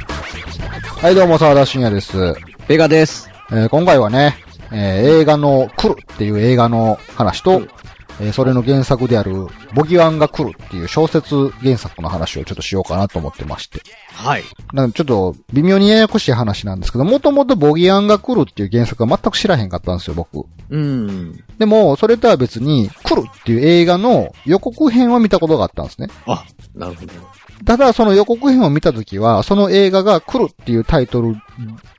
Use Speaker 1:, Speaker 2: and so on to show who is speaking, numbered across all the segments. Speaker 1: はい、どうも、沢田信也です。
Speaker 2: ベガです。
Speaker 1: えー今回はね、えー映画の来るっていう映画の話と、えーそれの原作である、ボギワンが来るっていう小説原作の話をちょっとしようかなと思ってまして。
Speaker 2: はい。
Speaker 1: なんでちょっと微妙にややこしい話なんですけど、もともとボギワンが来るっていう原作は全く知らへんかったんですよ、僕。
Speaker 2: うん。
Speaker 1: でも、それとは別に、来るっていう映画の予告編は見たことがあったんですね。
Speaker 2: あ、なるほど。
Speaker 1: ただ、その予告編を見たときは、その映画が来るっていうタイトル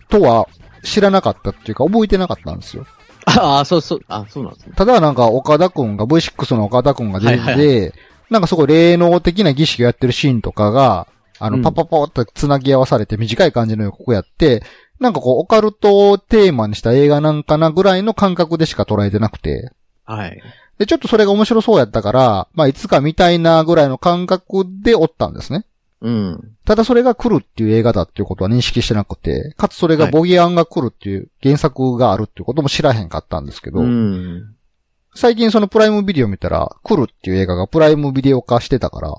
Speaker 1: とは知らなかったっていうか、覚えてなかったんですよ。
Speaker 2: ああ、そうそう、あそうなんですね。
Speaker 1: ただ、なんか、岡田くんが、V6 の岡田くんが出てきて、
Speaker 2: はいは
Speaker 1: なんかすごい霊能的な儀式をやってるシーンとかが、あ
Speaker 2: う
Speaker 1: の、
Speaker 2: ん
Speaker 1: パパパって繋ぎ合わされて短い感じの予告やって、なんかこう、オカルトをテーマにした映画なんかなぐらいの感覚でしか捉えてなくて、
Speaker 2: はい。
Speaker 1: で、ちょっとそれが面白そうやったから、まあ、いつか見たいなぐらいの感覚でおったんですね。
Speaker 2: うん。
Speaker 1: ただそれが来るっていう映画だっていうことは認識してなくて、かつそれが
Speaker 2: はい
Speaker 1: ボギアンが来るっていう原作があるっていうことも知らへんかったんですけど、
Speaker 2: うん。
Speaker 1: 最近そのプライムビデオ見たら、来るっていう映画がプライムビデオ化してたから、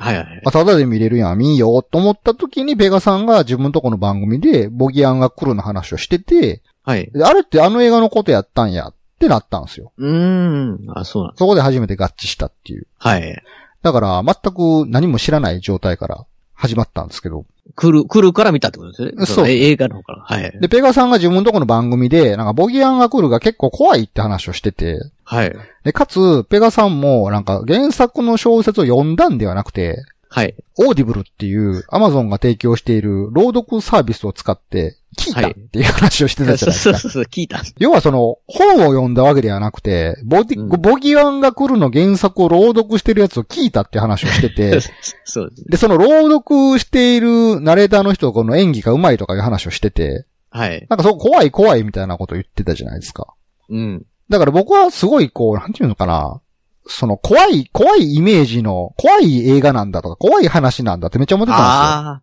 Speaker 2: はいはい。
Speaker 1: まあ、ただで見れるやん、見んよと思った時にベガさんが自分とこの番組でボギアンが来るの話をしてて、
Speaker 2: はい。
Speaker 1: であれってあの映画のことやったんやってなったんですよ。
Speaker 2: うん。あそうなん
Speaker 1: そこで初めて合致したっていう。
Speaker 2: はい。
Speaker 1: だから全く何も知らない状態から始まったんですけど、
Speaker 2: 来る、来るから見たってことですよ
Speaker 1: そう
Speaker 2: ね。のえ映画の方から。はい。
Speaker 1: で、ペガさんが自分とこの番組で、なんかボギアンが来るが結構怖いって話をしてて、
Speaker 2: はい。
Speaker 1: で、かつ、ペガさんもなんか原作の小説を読んだんではなくて、
Speaker 2: はい。
Speaker 1: オーディブルっていうアマゾンが提供している朗読サービスを使って聞いたっていう話をして
Speaker 2: そ
Speaker 1: た
Speaker 2: う
Speaker 1: じゃ
Speaker 2: そう
Speaker 1: ないですか。
Speaker 2: そう、聞いた。
Speaker 1: 要はその本を読んだわけではなくて、ボディ、
Speaker 2: うん
Speaker 1: ボギアンが来るの原作を朗読してるやつを聞いたって話をしてて、
Speaker 2: そうですね。
Speaker 1: で、その朗読しているナレーターの人のこの演技が上手いとかいう話をしてて、
Speaker 2: はい。
Speaker 1: なんかそう怖い怖いみたいなこと言ってたじゃないですか。
Speaker 2: うん。
Speaker 1: だから僕はすごいこう、なんていうのかな。その怖い、怖いイメージの、怖い映画なんだとか、怖い話なんだってめっちゃ思ってたんで
Speaker 2: ああ。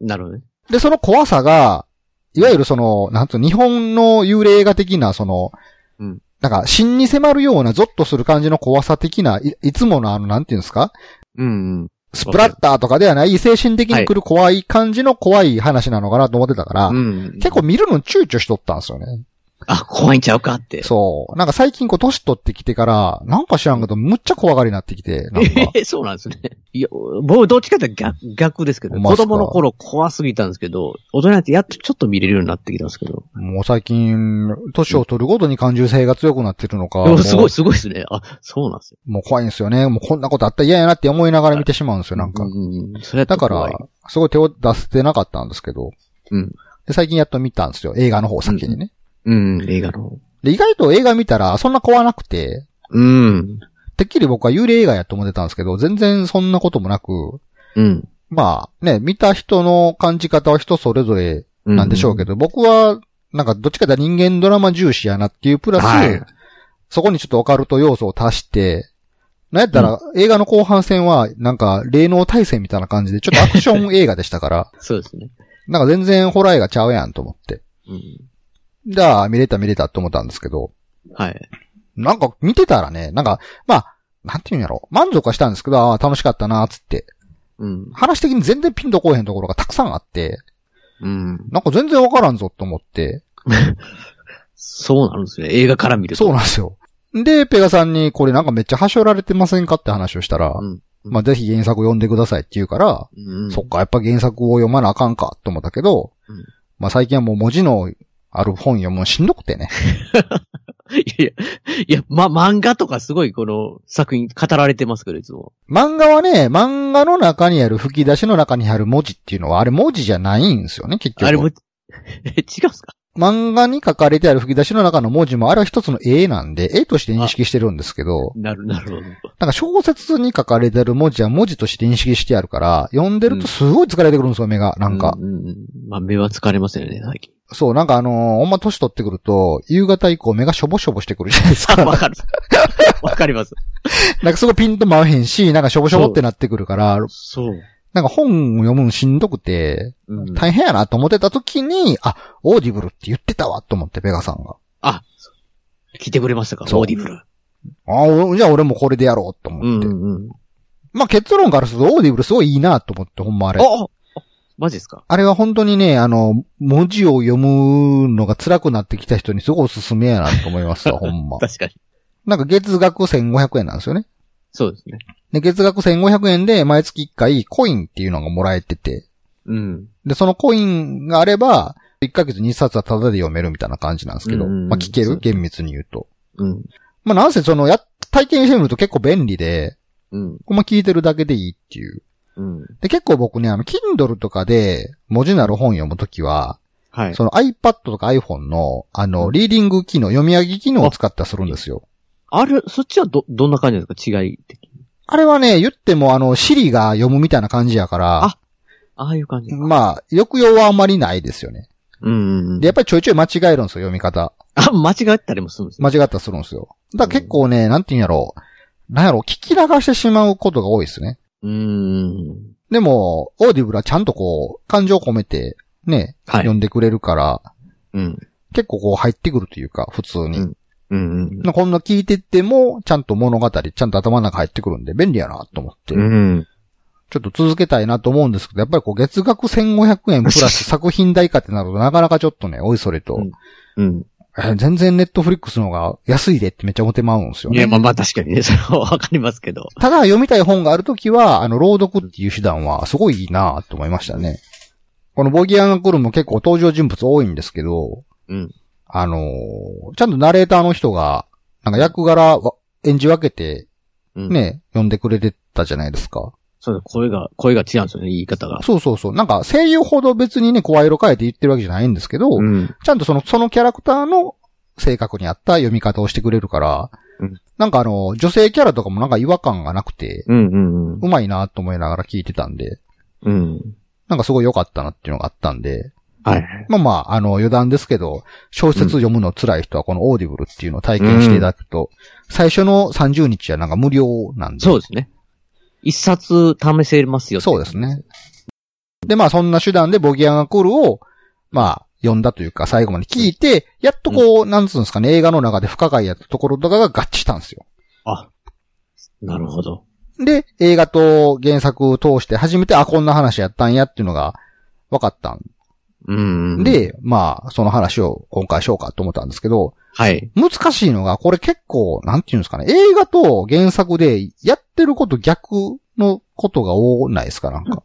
Speaker 2: なるほどね。
Speaker 1: すよ。で、その怖さが、いわゆるその、なんと日本の幽霊画的な、その、
Speaker 2: うん
Speaker 1: なんか、真に迫るような、ゾッとする感じの怖さ的な、いいつものあの、なんていうんですか
Speaker 2: うんうん。
Speaker 1: スプラッターとかではない、精神的に来る怖い感じの怖い話なのかなと思ってたから、
Speaker 2: うん。
Speaker 1: 結構見るの躊躇しとったんですよね。
Speaker 2: あ、怖いんちゃうかって。
Speaker 1: そう。なんか最近こう、年取ってきてから、なんか知らんけど、むっちゃ怖がりになってきて、なん か。
Speaker 2: えそうなんですね。いや、僕どっちかって逆逆ですけど、
Speaker 1: ほんまっ
Speaker 2: 子
Speaker 1: すか
Speaker 2: 供の頃怖すぎたんですけど、大人になってやっとちょっと見れるようになってきたんですけど。
Speaker 1: もう最近、年を取るごとに感受性が強くなってるのか。
Speaker 2: で
Speaker 1: も
Speaker 2: も
Speaker 1: う
Speaker 2: すごい、すごいですね。あ、そうなんですよ。
Speaker 1: もう怖いんですよね。もうこんなことあったら嫌やなって思いながら見てしまうんですよ、なんか
Speaker 2: う。ん、それやっ
Speaker 1: だ
Speaker 2: た
Speaker 1: から
Speaker 2: 怖い
Speaker 1: ら、すごい手を出せてなかったんですけど。
Speaker 2: うん。
Speaker 1: で、最近やっと見たんですよ。映画の方先にね。
Speaker 2: うん、映画の。
Speaker 1: で、意外と映画見たら、そんな怖なくて、
Speaker 2: うん。
Speaker 1: てっきり僕は幽霊映画やと思ってたんですけど、全然そんなこともなく、
Speaker 2: うん。
Speaker 1: まあね、見た人の感じ方は人それぞれなんでしょうけど、
Speaker 2: ど。
Speaker 1: 僕は、なんかどっちかというと人間ドラマ重視やなっていうプラス、
Speaker 2: はい
Speaker 1: そこにちょっとオカルト要素を足して、なんやったら、映画の後半戦は、なんか、霊能体制みたいな感じで、ちょ っとアクション映画でしたから、
Speaker 2: そうですね。
Speaker 1: なんか全然ホラー映画ちゃうやんと思って。
Speaker 2: うん。
Speaker 1: じゃあ、見れた見れたと思ったんですけど、
Speaker 2: はい。
Speaker 1: なんか見てたらね、なんか、まあ、なんていうんやろ、満足はしたんですけど、ああ、楽しかったな、つって。
Speaker 2: うん。
Speaker 1: 話的に全然ピンとこえへんところがたくさんあって、
Speaker 2: うん。
Speaker 1: なんか全然わからんぞと思って、
Speaker 2: そうなんですね。映画から見ると。
Speaker 1: そうなんですよ。で、ペガさんに、これなんかめっちゃ端折られてませんかって話をしたら、
Speaker 2: うん
Speaker 1: まあぜひ原作読んでくださいって言うから、
Speaker 2: うん。
Speaker 1: そっか、やっぱ原作を読まなあかんかと思ったけど、
Speaker 2: うん
Speaker 1: まあ最近はもう文字のある本読むのしんどくてね。
Speaker 2: いやいや、いや、ま、漫画とかすごいこの作品語られてますけど、いつも。
Speaker 1: 漫画はね、漫画の中にある吹き出しの中にある文字っていうのは、あれ文字じゃないんですよね、結局。
Speaker 2: あれも、 え違うんすか
Speaker 1: 漫画に書かれてある吹き出しの中の文字も、あれは一つの絵なんで、絵として認識してるんですけど、
Speaker 2: なる、なるほど。
Speaker 1: なんか小説に書かれてる文字は文字として認識してあるから、読んでるとすごい疲れてくるんですよ、目が。なんか。
Speaker 2: うんうんうん。まあ、目は疲れませんよね、最 近。
Speaker 1: そう、なんかあのーほんま年取ってくると、夕方以降目がしょぼしょぼしてくるじゃないです か。
Speaker 2: あわかる。わかります。
Speaker 1: なんかすごいピンと回らへんし、なんかしょぼしょぼってなってくるから、
Speaker 2: そう。
Speaker 1: なんか本を読むのしんどくて、
Speaker 2: うん、
Speaker 1: 大変やなと思ってた時に、あ、オーディブルって言ってたわと思って、ベガさんが。
Speaker 2: あ、そう聞いてくれましたか
Speaker 1: そう
Speaker 2: オーディブル。
Speaker 1: あおじゃあ俺もこれでやろうと思
Speaker 2: う
Speaker 1: っ
Speaker 2: ん
Speaker 1: て。
Speaker 2: うんうん。
Speaker 1: まあ結論からすると、オーディブルすごいいいなと思って、ほんまあれ。
Speaker 2: ああマジですか
Speaker 1: あれは本当にね、あの、文字を読むのが辛くなってきた人にすごいおすすめやなと思います わ、ほんま。
Speaker 2: 確かに。
Speaker 1: なんか月額1500円なんですよね。
Speaker 2: そうですね。
Speaker 1: で、月額1500円で毎月1回コインっていうのがもらえてて、
Speaker 2: うん。
Speaker 1: で、そのコインがあれば、1ヶ月2冊はタダで読めるみたいな感じなんですけど、
Speaker 2: うんうんうん
Speaker 1: まあ聞け
Speaker 2: そう
Speaker 1: る厳密に言うと。
Speaker 2: うん。
Speaker 1: まあなんせその、や、体験してみると結構便利で、
Speaker 2: うん。
Speaker 1: まあ聞いてるだけでいいっていう。
Speaker 2: うん。
Speaker 1: で、結構僕ね、あの、Kindle とかで文字なる本読むときは、
Speaker 2: はい。
Speaker 1: その iPad とか iPhone の、あの、リーディング機能、読み上げ機能を使ったりするんですよ。
Speaker 2: ある、そっちはど、どんな感じなんですか違い的に。
Speaker 1: あれはね、言ってもあの、Siri が読むみたいな感じやから
Speaker 2: あ、ああいう感じ。うん
Speaker 1: まあ、抑揚はあんまりないですよね。
Speaker 2: うんうん。
Speaker 1: で、やっぱりちょいちょい間違えるんですよ、読み方。
Speaker 2: あ、間違ったりもするんですね
Speaker 1: 間違ったりするんですよ。だから結構ね、なんて言うんやろう。なんやろう、聞き流してしまうことが多いですね。
Speaker 2: うーん。
Speaker 1: でも、オーディブルはちゃんとこう、感情を込めて、ね、
Speaker 2: はい
Speaker 1: 読。んでくれるから、
Speaker 2: うん。
Speaker 1: 結構こう入ってくるというか、普通に。
Speaker 2: うんうんうん。
Speaker 1: こんな聞いてても、ちゃんと物語、ちゃんと頭の中入ってくるんで、便利やなと思って、
Speaker 2: うん。
Speaker 1: ちょっと続けたいなと思うんですけど、やっぱりこう月額1500円プラス作品代価ってなると、なかなかちょっとね、おいそれと、
Speaker 2: うんうん。
Speaker 1: え全然ネットフリックスの方が安いでってめっちゃ思ってまうんですよ
Speaker 2: い
Speaker 1: ね。
Speaker 2: や、まあまあ確かにね、それはわかりますけど。
Speaker 1: ただ読みたい本があるときは、あの、朗読っていう手段はすごいいいなと思いましたね。このボギアンが来るも結構登場人物多いんですけど、
Speaker 2: うん。
Speaker 1: あのーちゃんとナレーターの人が、なんか役柄わ演じ分けて
Speaker 2: うん。。
Speaker 1: ね、呼んでくれてたじゃないですか。
Speaker 2: そうだ、声が、声が違うんですよね、言い方が。
Speaker 1: そうそうそう。なんか声優ほど別にね、声色変えて言ってるわけじゃないんですけど、
Speaker 2: うん。
Speaker 1: ちゃんとその、そのキャラクターの性格に合った読み方をしてくれるから、
Speaker 2: うん
Speaker 1: なんかあの、女性キャラとかもなんか違和感がなくて、
Speaker 2: うんうんうん。
Speaker 1: うまいなと思いながら聞いてたんで、
Speaker 2: うん。
Speaker 1: なんかすごい良かったなっていうのがあったんで、
Speaker 2: はい。
Speaker 1: まあまあ、あの、余談ですけど、小説読むの辛い人はこのオーディブルっていうのを体験していただくと、最初の30日はなんか無料なんで、
Speaker 2: そうですね。一冊試せますよ。
Speaker 1: そうです。ね。で、まあそんな手段でボギアンが来るを、まあ、読んだというか最後まで聞いて、やっとこう、なんつうんですかね、映画の中で不可解やったところとかが合致したんですよ。
Speaker 2: あ、なるほど。
Speaker 1: で、映画と原作を通して初めて、あ、こんな話やったんやっていうのが分かったん
Speaker 2: うん。、
Speaker 1: で、まあ、その話を今回しようかと思ったんですけど、
Speaker 2: はい。
Speaker 1: 難しいのが、これ結構、なんていうんですかね、映画と原作でやってること逆のことが多ないですか、なんか。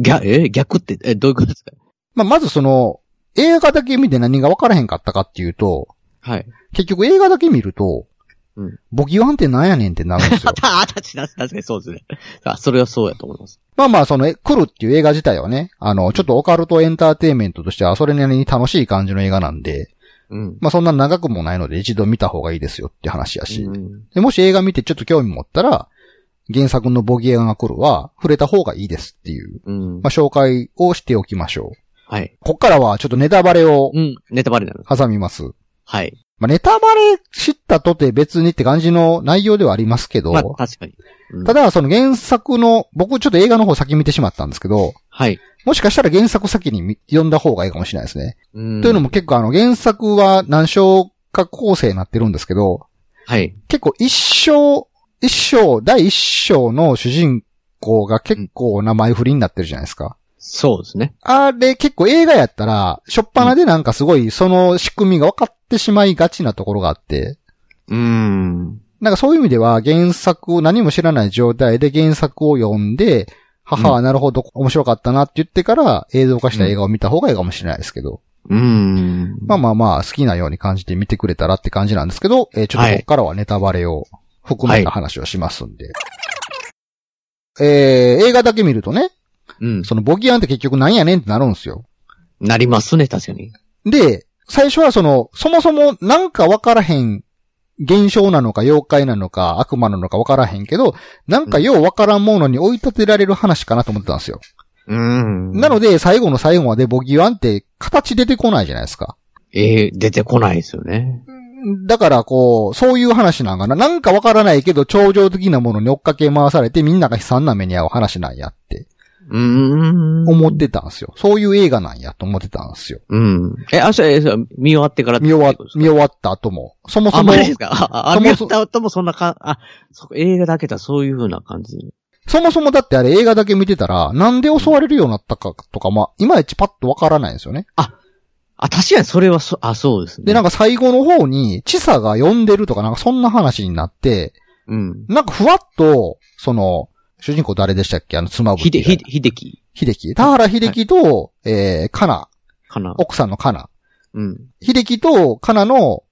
Speaker 2: 逆、え、逆って、え、どういうことですか
Speaker 1: まあ、まずその、映画だけ見て何が分からへんかったかっていうと、
Speaker 2: はい。
Speaker 1: 結局映画だけ見ると、
Speaker 2: うん
Speaker 1: ボギワンってなんやねんってなるんです よ
Speaker 2: あ。た、あたちだ、確かにそうですね。あ、それはそうやと思います。
Speaker 1: まあまあ、その、え来るっていう映画自体はね、あの、ちょっとオカルトエンターテインメントとしてはそれなりに楽しい感じの映画なんで、
Speaker 2: うん。
Speaker 1: まあそんな長くもないので一度見た方がいいですよって話やし、
Speaker 2: うん
Speaker 1: でもし映画見てちょっと興味持ったら、原作のボギワンが来るは触れた方がいいですっていう、
Speaker 2: うん
Speaker 1: まあ。紹介をしておきましょう。
Speaker 2: はい。
Speaker 1: こっからはちょっとネタバレを
Speaker 2: うん。ネタバレなの。
Speaker 1: 挟みます。
Speaker 2: はい。
Speaker 1: まあ、ネタバレ知ったとて別にって感じの内容ではありますけど、
Speaker 2: まあ、確かに。うん
Speaker 1: ただその原作の、僕ちょっと映画の方先見てしまったんですけど、
Speaker 2: はい。
Speaker 1: もしかしたら原作先に見読んだ方がいいかもしれないですね。
Speaker 2: とい
Speaker 1: というのも結構あの原作は何章か構成になってるんですけど、
Speaker 2: はい。
Speaker 1: 結構一章、一章、第一章の主人公が結構な前振りになってるじゃないですか。
Speaker 2: そうですね。
Speaker 1: あれ結構映画やったら、しょっぱなでなんかすごいその仕組みが分かってしまいがちなところがあって、
Speaker 2: うん。
Speaker 1: なんかそういう意味では原作を何も知らない状態で原作を読んで、母はなるほど面白かったなって言ってから映像化した映画を見た方がいいかもしれないですけど、
Speaker 2: うん。
Speaker 1: まあまあまあ好きなように感じて見てくれたらって感じなんですけど、えーちょっとここからはネタバレを含めた話をしますんで。えー、映画だけ見るとね、
Speaker 2: うん。
Speaker 1: そのボギアンって結局なんやねんってなるんですよ。
Speaker 2: なりますね、確かに。
Speaker 1: で、最初はその、そもそもなんかわからへん現象なのか妖怪なのか悪魔なのかわからへんけど、なんかようわからんものに追い立てられる話かなと思ってたんですよ。
Speaker 2: うん
Speaker 1: なので、最後の最後までボギワンって形出てこないじゃないですか。
Speaker 2: ええ出てこないですよね。
Speaker 1: だからこう、そういう話なんかな。なんかわからないけど、超常的なものに追っかけ回されてみんなが悲惨な目に遭う話なんやって
Speaker 2: うん。
Speaker 1: 思ってたんですよ。そういう映画なんやと思ってたんですよ。
Speaker 2: うん。え、明日、えそう見終わってから
Speaker 1: 見終わ
Speaker 2: ってことです、か
Speaker 1: 見終わった後も。そもそ
Speaker 2: あ、
Speaker 1: も
Speaker 2: マジ、ですかあ、あ
Speaker 1: そ
Speaker 2: 見
Speaker 1: も
Speaker 2: 終
Speaker 1: そ
Speaker 2: わった後もそんなか、あ、そこ映画だけだ、そういう風な感じ。
Speaker 1: そもそもだってあれ映画だけ見てたら、なんで襲われるようになったかとか、まあ、いまいちパッとわからないんですよね。
Speaker 2: あ、確かにそれはそ、あ、そうですね。
Speaker 1: で、なん
Speaker 2: か、
Speaker 1: か最後の方に、チサが呼んでるとか、なんかそんな話になって、
Speaker 2: うん。
Speaker 1: なんかふわっと、その、主人公誰でしたっけあの、妻夫
Speaker 2: ひ
Speaker 1: 木
Speaker 2: で、ひで、ひでき
Speaker 1: 秀樹。田原秀樹と、えー、かな、
Speaker 2: かな。
Speaker 1: 奥さんのかな。
Speaker 2: うん。
Speaker 1: 秀樹とかなの、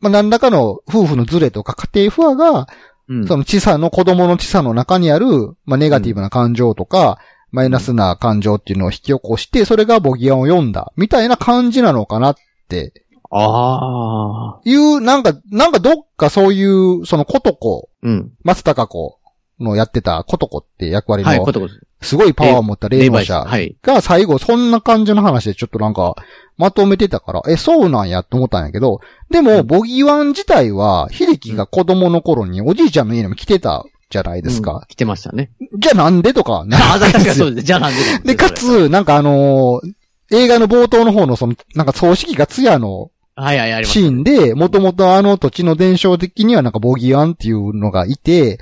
Speaker 1: まあ、何らかの夫婦のズレとか家庭不和が、
Speaker 2: うん。
Speaker 1: その知差の子供の知差の中にある、まあ、ネガティブな感情とか、マイナスな感情っていうのを引き起こして、それがボギアンを読んだ、みたいな感じなのかなって
Speaker 2: ああ。
Speaker 1: いう、なんか、なんかどっかそういう、そのことこ、
Speaker 2: うん。
Speaker 1: 松たか子のやってたことこって役割
Speaker 2: はい、こ
Speaker 1: の、
Speaker 2: とこです。
Speaker 1: すごいパワーを持った霊能
Speaker 2: イス。
Speaker 1: 者
Speaker 2: はい。
Speaker 1: が最後そんな感じの話でちょっとなんかまとめてたから、え、そうなんやって思ったんやけど、で
Speaker 2: う
Speaker 1: も
Speaker 2: ん
Speaker 1: ボギーワン自体は、秀樹が子供の頃におじいちゃんの家にも来てたじゃないです
Speaker 2: うん
Speaker 1: か。
Speaker 2: 来てましたね。
Speaker 1: じゃあなんでとか、な
Speaker 2: あ、確かにそうです。じゃあなんでなん
Speaker 1: で、
Speaker 2: すよ
Speaker 1: か、つ、なんかあのー映画の冒頭の方のその、なんか葬式が通夜の
Speaker 2: それはいはい、あります。
Speaker 1: シーンで、もともとあの土地の伝承的にはなんかボギーワンっていうのがいて、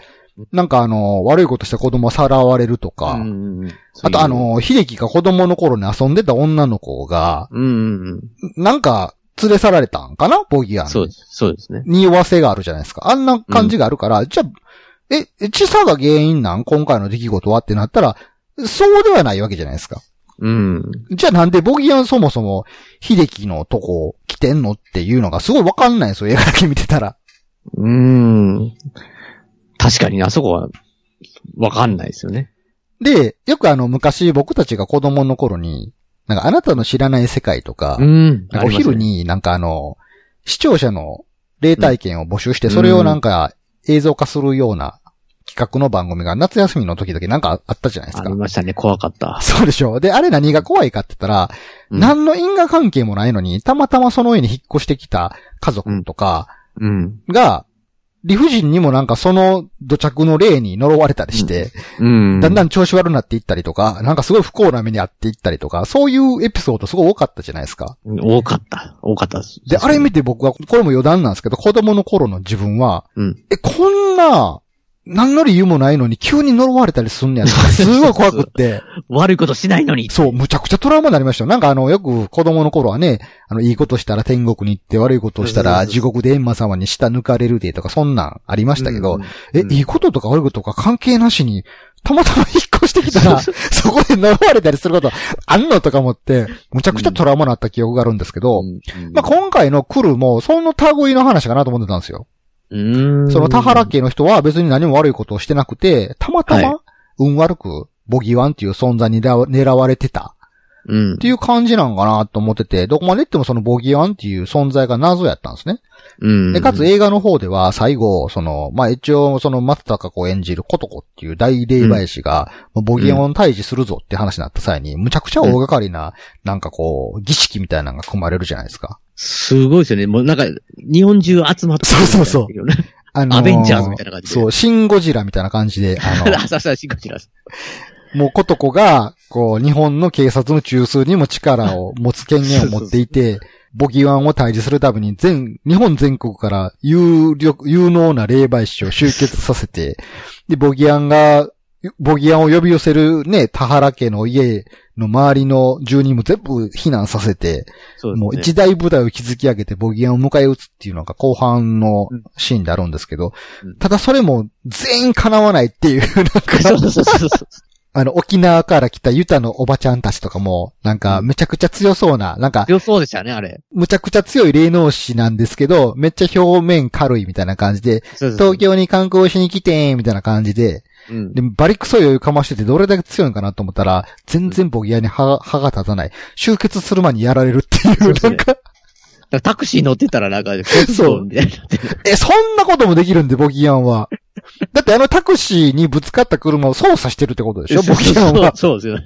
Speaker 1: なんかあのー悪いことした子供はさらわれるとか、
Speaker 2: うんうんうん
Speaker 1: あとあ、のー、秀樹が子供の頃に遊んでた女の子が、
Speaker 2: そういううんうん
Speaker 1: なんか、連れ去られたんかなボギア
Speaker 2: うん。
Speaker 1: ン。
Speaker 2: そうです。そうですね。
Speaker 1: 匂わせがあるじゃないですか。あんな感じがあるから、じゃあ、え、えチサが原因なん今回の出来事はってなったら、そうではないわけじゃないですか。
Speaker 2: うん。
Speaker 1: じゃあなんでボギアンそもそも、秀樹のとこ来てんのっていうのがすごいわかんないんですよ。映画だけ見てたら。
Speaker 2: うん。確かにねあそこは、わかんないですよね。
Speaker 1: で、よくあの、昔僕たちが子供の頃に、なんかあなたの知らない世界とか、
Speaker 2: ん
Speaker 1: なんかお昼。になんかあの、視聴者の霊体験を募集して、
Speaker 2: うん
Speaker 1: それをなんか映像化するような企画の番組が夏休みの時だけなんかあったじゃないです
Speaker 2: あ
Speaker 1: か
Speaker 2: り。ましたね。怖かった。
Speaker 1: そうでしょ。で、あれ何が怖いかって言ったら、
Speaker 2: うん
Speaker 1: 何の因果関係もないのに、たまたまその家に引っ越してきた家族とか
Speaker 2: うん。
Speaker 1: が、理不尽にもなんかその土着の霊に呪われたりして、
Speaker 2: うん。
Speaker 1: だんだ
Speaker 2: ん。
Speaker 1: ん調子悪くなっていったりとか、なんかすごい不幸な目にあっていったりとか、そういうエピソードすごい多かったじゃないですか。
Speaker 2: 多かった。多かったす
Speaker 1: で、あれ見て僕は、これも余談なんですけど、子供の頃の自分は、
Speaker 2: うん
Speaker 1: え、こんな、何の理由もないのに急に呪われたりすんねやとか、すごい怖くって、
Speaker 2: 悪いことしないのに。
Speaker 1: そう、むちゃくちゃトラウマになりましたよ。なんかあの、よく子供の頃はね、あの、いいことしたら天国に行って、悪いことをした
Speaker 2: う
Speaker 1: ら
Speaker 2: ん
Speaker 1: 地獄で閻魔様に舌抜かれるでとか、そんなんありましたけど、
Speaker 2: うん、
Speaker 1: え
Speaker 2: う、ん
Speaker 1: いいこととか悪いこととか関係なしに、たまたま引っ越してきたら、 そこで呪われたりすることあんのとか思って、むちゃくちゃトラウマになった記憶があるんですけど、まあ、今回の来るも、その類の話かなと思ってたんですよ。
Speaker 2: うん
Speaker 1: その田原家の人は別に何も悪いことをしてなくて、たまた
Speaker 2: は
Speaker 1: ま運悪くボギーワンっていう存在に狙わ狙われてた
Speaker 2: うん
Speaker 1: っていう感じなんかなと思ってて、どこまで行ってもそのボギーワンっていう存在が謎やったんですね。
Speaker 2: うん。
Speaker 1: で、かつ映画の方では最後、その、まあ、一応その松たか子演じるコトコっていう大霊媒師が、ボギーワン退治するぞって話になった際に、むちゃくちゃ大掛かりな、なんかこう、儀式みたいなのが組まれるじゃないですか。
Speaker 2: すごいですよね。もうなんか、日本中集まってるみたい
Speaker 1: そう
Speaker 2: な。
Speaker 1: そうそう
Speaker 2: う。
Speaker 1: あ
Speaker 2: アベンジャーズみたいな感じで
Speaker 1: そう、シンゴジラみたいな感じで、あの、
Speaker 2: あ、そうそう、シンゴジラ。
Speaker 1: もうコトコが、こう、日本の警察の中枢にも力を持つ権限を持っていて、ボギワンを退治するために全、日本全国から有力、有能な霊媒師を集結させて、で、ボギワンが、ボギワンを呼び寄せるね、田原家の家の周りの住人も全部避難させて、
Speaker 2: そうですね。
Speaker 1: もう一大舞台を築き上げてボギアンを迎え撃つっていうのが後半のシーンであるんですけど
Speaker 2: うん、
Speaker 1: ただそれも全員叶わないっていう、なん
Speaker 2: そう
Speaker 1: か、
Speaker 2: そうそうそうそう。
Speaker 1: あの、沖縄から来たユタのおばちゃんたちとかも、なんか、
Speaker 2: うん
Speaker 1: めちゃくちゃ強そうな、なんか、
Speaker 2: 強そうでしたね、あれ。
Speaker 1: むちゃくちゃ強い霊能師なんですけど、めっちゃ表面軽いみたいな感じで、
Speaker 2: そうそうそう
Speaker 1: 東京に観光しに来てーみたいな感じで、
Speaker 2: うん
Speaker 1: で、バリクソ余裕かましててどれだけ強いのかなと思ったら、全然ボギアンに歯歯が立たない。集結する前にやられるってい、
Speaker 2: そううです
Speaker 1: な
Speaker 2: ね
Speaker 1: んか、
Speaker 2: だからタクシー乗ってたらなんか、
Speaker 1: そう
Speaker 2: みたいになってる。
Speaker 1: え、そんなこともできるんで、ボギアンは。だってあのタクシーにぶつかった車を操作してるってことでしょボギアンは。
Speaker 2: そうそうそうですよね。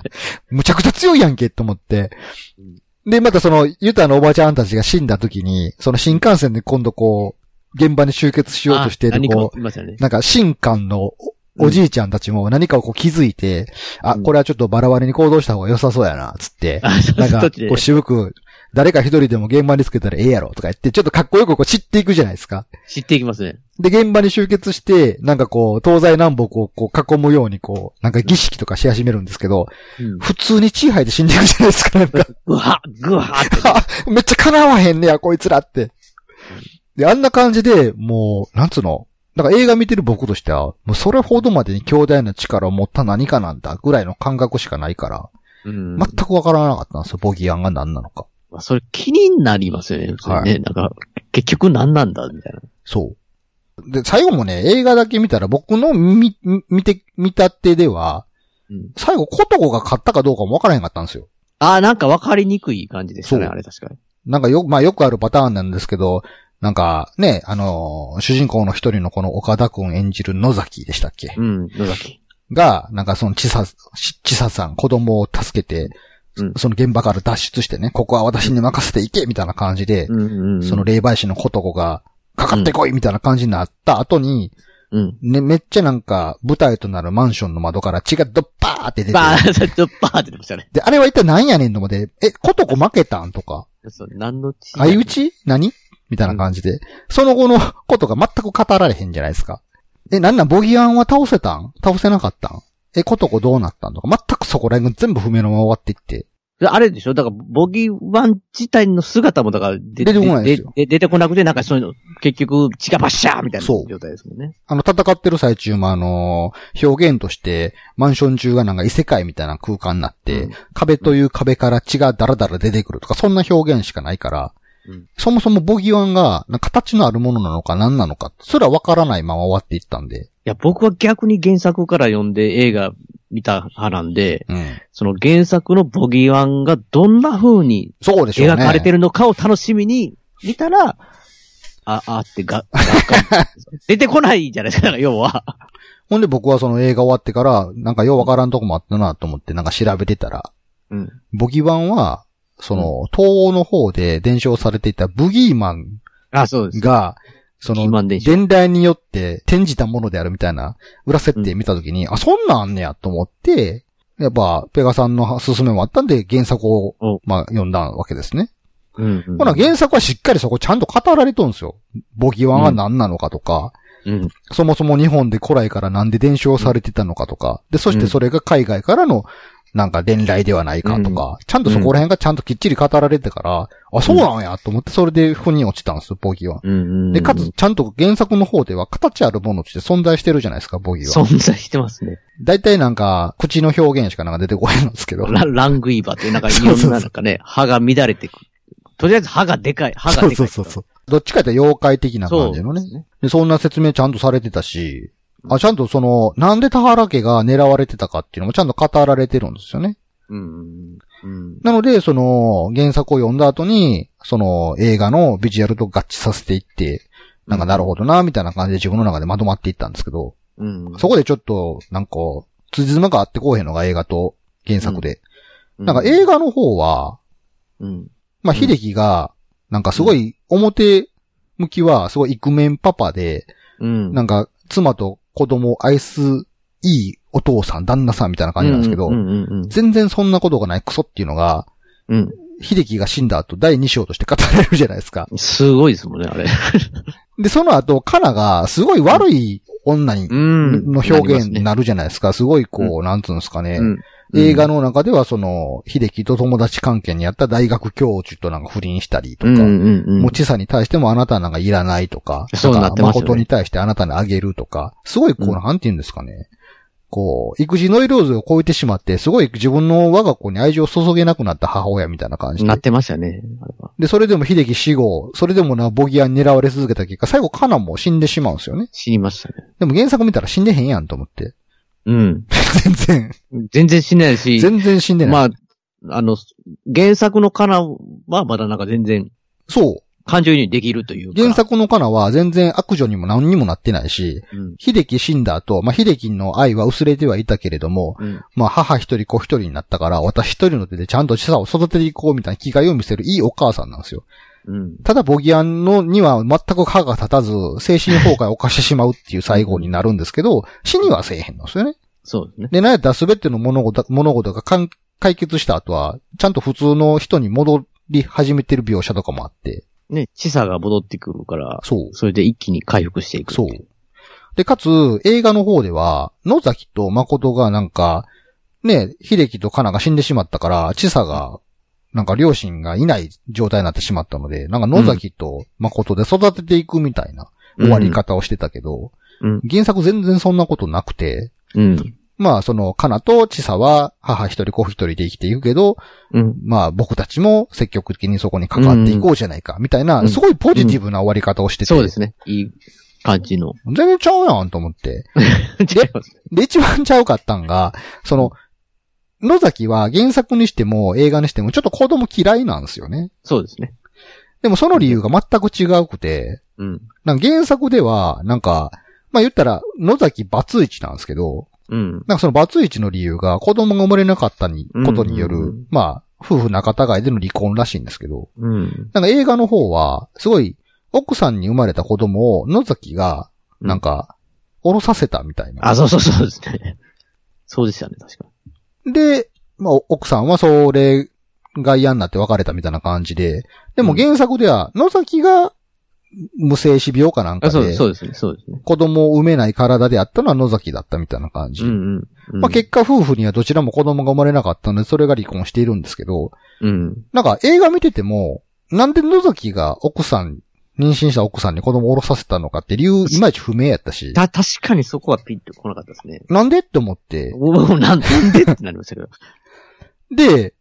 Speaker 1: むちゃくちゃ強いやんけ、と思って。で、またその、ユタのおばちゃんたちが死んだ時に、その新幹線で今度こう、現場に集結しようとして
Speaker 2: あ何
Speaker 1: る、
Speaker 2: か持っ
Speaker 1: こ
Speaker 2: てましたね
Speaker 1: う、。なんか新幹のおおじいちゃんたちも何かをこう気づいて、あ、
Speaker 2: うん
Speaker 1: これはちょっとバラバラに行動した方が良さそうやな、つって。
Speaker 2: あ、そう
Speaker 1: なん
Speaker 2: そ
Speaker 1: か、
Speaker 2: う、
Speaker 1: こう渋く、誰か一人でも現場につけたらええやろとか言って、ちょっとかっこよくこう散っていくじゃないですか。
Speaker 2: 知っていきますね。
Speaker 1: で、現場に集結して、なんかこう、東西南北をこう囲むようにこう、なんか儀式とかし始めるんですけど、
Speaker 2: うん。
Speaker 1: 普通に血吐いて死んでいくじゃないですか、なん か。
Speaker 2: ぐわぐわって。
Speaker 1: めっちゃ叶わへんねや、こいつらって。で、あんな感じで、もう、なんつうのだから映画見てる僕としては、もうそれほどまでに強大な力を持った何かなんだ、ぐらいの感覚しかないから、
Speaker 2: うん。
Speaker 1: 全くわからなかったんですよ、ボギアンが何なのか。
Speaker 2: まあ、それ気になりますよね。それね、なんか、結局何なんだみたいな。
Speaker 1: そう。で、最後もね、映画だけ見たら僕の見、見見て、見た手では、
Speaker 2: うん。
Speaker 1: 最後、コトコが勝ったかどうかもわからへんかったんですよ。
Speaker 2: ああ、なんか分かりにくい感じでしたね、
Speaker 1: そう
Speaker 2: あれ確かに。
Speaker 1: なんかよ、まあよくあるパターンなんですけど、なんかね、あのー主人公の一人のこの岡田くん演じる野崎でしたっけ
Speaker 2: うん、野崎。
Speaker 1: が、なんかそのちさ、ちちささん、子供を助けて、
Speaker 2: うん
Speaker 1: その現場から脱出してね、ここは私に任せていけみたいな感じで、
Speaker 2: うんうん、うん。
Speaker 1: その、霊媒師のコトコが、かかってこいみたいな感じになった後に、
Speaker 2: うん。
Speaker 1: ね、めっちゃなんか、舞台となるマンションの窓から血がドッパーって出て、
Speaker 2: バー ッ、ちょっとバーって出ましたね。
Speaker 1: で、あれは一体何やねんと思って、え、コトコ負けたんとか、
Speaker 2: そう、何の血
Speaker 1: 相打ち何みたいな感じで、その後のことが全く語られへんじゃないですか。え、なんなん、ボギアンは倒せたん倒せなかったんえ、ことこどうなったんとか、全くそこら辺が全部不明のまま終わっていって。
Speaker 2: あれでしょだから、ボギーワン自体の姿も、だから出、
Speaker 1: 出てこないですよ
Speaker 2: でで出てこなくて、なんかそういうの、結局、血がバッシャーみたいな
Speaker 1: そう
Speaker 2: 状態ですもんね。
Speaker 1: あの、戦ってる最中もあのー表現として、マンション中がなんか異世界みたいな空間になって、
Speaker 2: うん
Speaker 1: 壁という壁から血がダラダラ出てくるとか、そんな表現しかないから、
Speaker 2: うん
Speaker 1: そもそもボギアンが、なんか形のあるものなのか何なのか、それはわからないまま終わっていったんで、
Speaker 2: いや、僕は逆に原作から読んで映画見た派なんで、
Speaker 1: うん。
Speaker 2: その原作のボギーワンがどんな風に
Speaker 1: そうでしょうね。
Speaker 2: 描かれてるのかを楽しみに見たら、あ、あってが、が 出てこないじゃないですか、要は。
Speaker 1: ほんで僕はその映画終わってから、なんかようわからんとこもあったなと思ってなんか調べてたら、
Speaker 2: うん。
Speaker 1: ボギワンは、その、東欧の方で伝承されていたブギーマン
Speaker 2: あ、そうです。
Speaker 1: が、そ
Speaker 2: ブギーマ
Speaker 1: の、
Speaker 2: ン伝承
Speaker 1: 伝来によって転じたものであるみたいな裏設定見たときに、あ、そんなんあんねやと思って、やっぱ、ペガさんの勧めもあったんで原作
Speaker 2: お
Speaker 1: を、まあ、読んだわけですね。
Speaker 2: うん、
Speaker 1: ほな、原作はしっかりそこちゃんと語られとんですよ。ボギワンは何なのかとか、
Speaker 2: うん。
Speaker 1: そもそも日本で古来からなんで伝承されてたのかとか、で、そしてそれが海外からの、なんか伝来ではないかとか、ちゃんとそこら辺がちゃんときっちり語られてから、あ、そうなんやと思ってそれで腑に落ちたんですよ、ボギーは。
Speaker 2: うんうん。
Speaker 1: で、かつ、、ちゃんと原作の方では形あるものとして存在してるじゃないですか、ボギーは。
Speaker 2: 存在してますね。
Speaker 1: 大体なんか、口の表現しかなんか出てこないんですけど。
Speaker 2: ララングイーバーって、なんかい
Speaker 1: そうそ
Speaker 2: ろ
Speaker 1: うそうん
Speaker 2: ななん かね、歯が乱れてくる。とりあえず歯がでかい、歯が
Speaker 1: そ
Speaker 2: で
Speaker 1: う
Speaker 2: かい。
Speaker 1: そうそうそう。どっちかって妖怪的な
Speaker 2: そう
Speaker 1: 感
Speaker 2: で
Speaker 1: じ
Speaker 2: す
Speaker 1: のね。
Speaker 2: ね。
Speaker 1: で、そんな説明ちゃんとされてたし、あ、ちゃんとその、なんで田原家が狙われてたかっていうのもちゃんと語られてるんですよね。
Speaker 2: うん。うん。
Speaker 1: なので、その、原作を読んだ後に、その、映画のビジュアルと合致させていって、なんかなるほどな、みたいな感じで自分の中でまとまっていったんですけど、
Speaker 2: うん。
Speaker 1: そこでちょっと、なんか、辻褄が合ってこうへんのが映画と原作で。
Speaker 2: うん、
Speaker 1: なんか映画の方は、
Speaker 2: うん。
Speaker 1: まあ、
Speaker 2: うん
Speaker 1: 秀樹が、なんかすごい、表向きは、すごいイクメンパパで、
Speaker 2: うん。
Speaker 1: なんか、妻と子供を愛す、いいお父さん、旦那さんみたいな感じなんですけど
Speaker 2: う、んうんうん
Speaker 1: 全然そんなことがないクソっていうのが、
Speaker 2: うん。
Speaker 1: 秀樹が死んだ後第2章として語られるじゃないですか。
Speaker 2: うん。すごいですもんね、あれ。
Speaker 1: で、その後、カナがすごい悪い女に、
Speaker 2: うん。
Speaker 1: の表現に
Speaker 2: な
Speaker 1: なるじゃないですか。すごいこう、なんつうんですかね
Speaker 2: りますね。うん。
Speaker 1: 映画
Speaker 2: の、
Speaker 1: の中ではその、秀樹と友達関係にあった大学教授となんか不倫したりと
Speaker 2: うんう
Speaker 1: か、
Speaker 2: んうん。
Speaker 1: 持ちさに対してもあなたなんかいらないとか、
Speaker 2: そうなって
Speaker 1: なん
Speaker 2: ますよね
Speaker 1: か誠に対してあなたにあげるとか、すごいこう、
Speaker 2: うん
Speaker 1: なんて言うんですかね。こう、育児ノイローズを超えてしまって、すごい自分の我が子に愛情を注げなくなった母親みたいな感じ
Speaker 2: な
Speaker 1: で
Speaker 2: っ。てましたね。あれは
Speaker 1: で、それでも秀樹死後、それでもな、ボギアに狙われ続けた結果、最後カナも死んでしまうんですよね。
Speaker 2: 死にましたね。
Speaker 1: でも原作見たら死んでへんやんと思って。
Speaker 2: うん。
Speaker 1: 全然、
Speaker 2: 全然死んでないし、
Speaker 1: 全然死んでない。
Speaker 2: まあ、あの、原作のカナはまだなんか全然
Speaker 1: そ
Speaker 2: 感情移入できるという
Speaker 1: う。
Speaker 2: か。
Speaker 1: 原作のカナは全然悪女にも何にもなってないし、
Speaker 2: うん。
Speaker 1: 秀樹死んだ後、まあ、秀樹の愛は薄れてはいたけれども、
Speaker 2: うん。
Speaker 1: まあ、母一人子一人になったから、私一人の手でちゃんと資産を育てていこうみたいな気概を見せるいいお母さんなんですよ。
Speaker 2: うん。
Speaker 1: ただ、ボギアンのには全く歯が立たず、精神崩壊を犯してしまうっていう最後になるんですけど、死にはせえへんのですよね。
Speaker 2: そうですね。
Speaker 1: で、なんやったら全ての物事物事が完解決した後は、ちゃんと普通の人に戻り始めてる描写とかもあって、
Speaker 2: ね、知差が戻ってくるから、
Speaker 1: そう。
Speaker 2: それで一気に回復していくって
Speaker 1: そ。
Speaker 2: いう
Speaker 1: で、かつ、映画の方では、野崎と誠がなんか、ね、秀樹と香奈が死んでしまったから、千佐が、なんか両親がいない状態になってしまったので、なんか野崎と誠で育てていくみたいな終わり。方をしてたけど、
Speaker 2: うん
Speaker 1: 原作全然そんなことなくて、
Speaker 2: うん。
Speaker 1: まあその、香奈と千佐は母一人子一人で生きていくけど、
Speaker 2: うん。
Speaker 1: まあ僕たちも積極的にそこに関わっていこうじゃないか、みたいな、
Speaker 2: うん
Speaker 1: すごいポジティブな終わり方をしてて、
Speaker 2: そうですね。いい感じの。
Speaker 1: 全然ちゃうやんと思って。
Speaker 2: 違います。
Speaker 1: で、一番ちゃうかったんが、その、野崎は原作にしても映画にしてもちょっと子供嫌いなんですよね。
Speaker 2: そうですね。
Speaker 1: でもその理由が全く違うくて、
Speaker 2: うん。
Speaker 1: なんか原作では、なんか、まあ言ったら野崎バツイチなんですけど、
Speaker 2: うん。
Speaker 1: なんかそのバツイチの理由が子供が生まれなかったに、ことによる、
Speaker 2: うんうんうん
Speaker 1: まあ、夫婦仲違いでの離婚らしいんですけど、
Speaker 2: うん。
Speaker 1: なんか映画の方は、すごい、奥さんに生まれた子供を野崎が、なんか、おろさせたみたいな。
Speaker 2: あ、そうそうそうですね。そうでしたね、確か
Speaker 1: で、まあ、奥さんはそれが嫌になって別れたみたいな感じで、でも原作では、野崎が無精子病かなん
Speaker 2: に。
Speaker 1: か
Speaker 2: あ、そうで、、
Speaker 1: です
Speaker 2: そうですね、そうですね。
Speaker 1: 子供を産めない体であったのは野崎だったみたいな感じ。
Speaker 2: うんうんうん。
Speaker 1: まあ、結果夫婦にはどちらも子供が生まれなかったので、それが離婚しているんですけど、
Speaker 2: うん。
Speaker 1: なんか映画見てても、なんで野崎が奥さん、妊娠した奥さんに子供を下ろさせたのかって理由、いまいち不明やったし、
Speaker 2: た、確かにそこはピンと来なかったですね。
Speaker 1: なんでって思って、
Speaker 2: おおなんなんでってなりましたけど。
Speaker 1: で、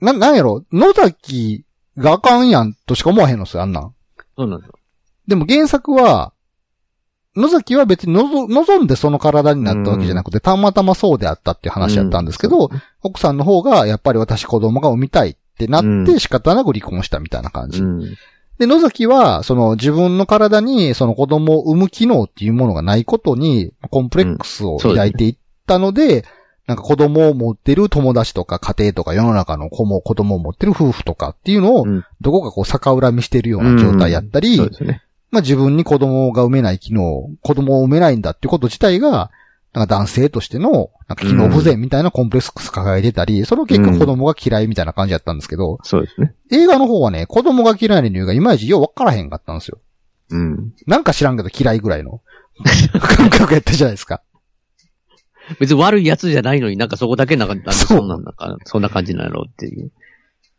Speaker 1: な、なんやろ、野崎があかんやんとしか思わへんのっすよ、あんなん。
Speaker 2: そうなんですよ。
Speaker 1: でも原作は、野崎は別にのぞ望んでその体になったわけじゃなくて、たまたまそうであったっていう話だったんですけど、奥さんの方がやっぱり私子供が産みたいってな
Speaker 2: う
Speaker 1: って
Speaker 2: ん
Speaker 1: 仕方なく離婚したみたいな感じ。
Speaker 2: うん。
Speaker 1: で、野崎は、その自分の体にその子供を産む機能っていうものがないことに、コンプレックスを抱いていったので、なんか子供を持ってる友達とか家庭とか世の中の子も子供を持ってる夫婦とかっていうのを
Speaker 2: うん、
Speaker 1: どこかこう逆恨みしてるような状態やったり、
Speaker 2: そうですね。
Speaker 1: まあ自分に子供が産めない機能、子供を産めないんだってこと自体が、なんか男性としての、なんか機能不全みたいなコンプレックス抱えてたり、その結果
Speaker 2: うん
Speaker 1: 子供が嫌いみたいな感じだったんですけど、
Speaker 2: そうですね。
Speaker 1: 映画の方はね、子供が嫌いな理由がいまいちようわからへんかったんですよ。
Speaker 2: うん。
Speaker 1: なんか知らんけど嫌いぐらい の感覚やったじゃないですか。
Speaker 2: 別に悪いやつじゃないのになんかそこだけなんか、なんで
Speaker 1: そう
Speaker 2: そんなんなんか、そんな感じなんやろうっていう。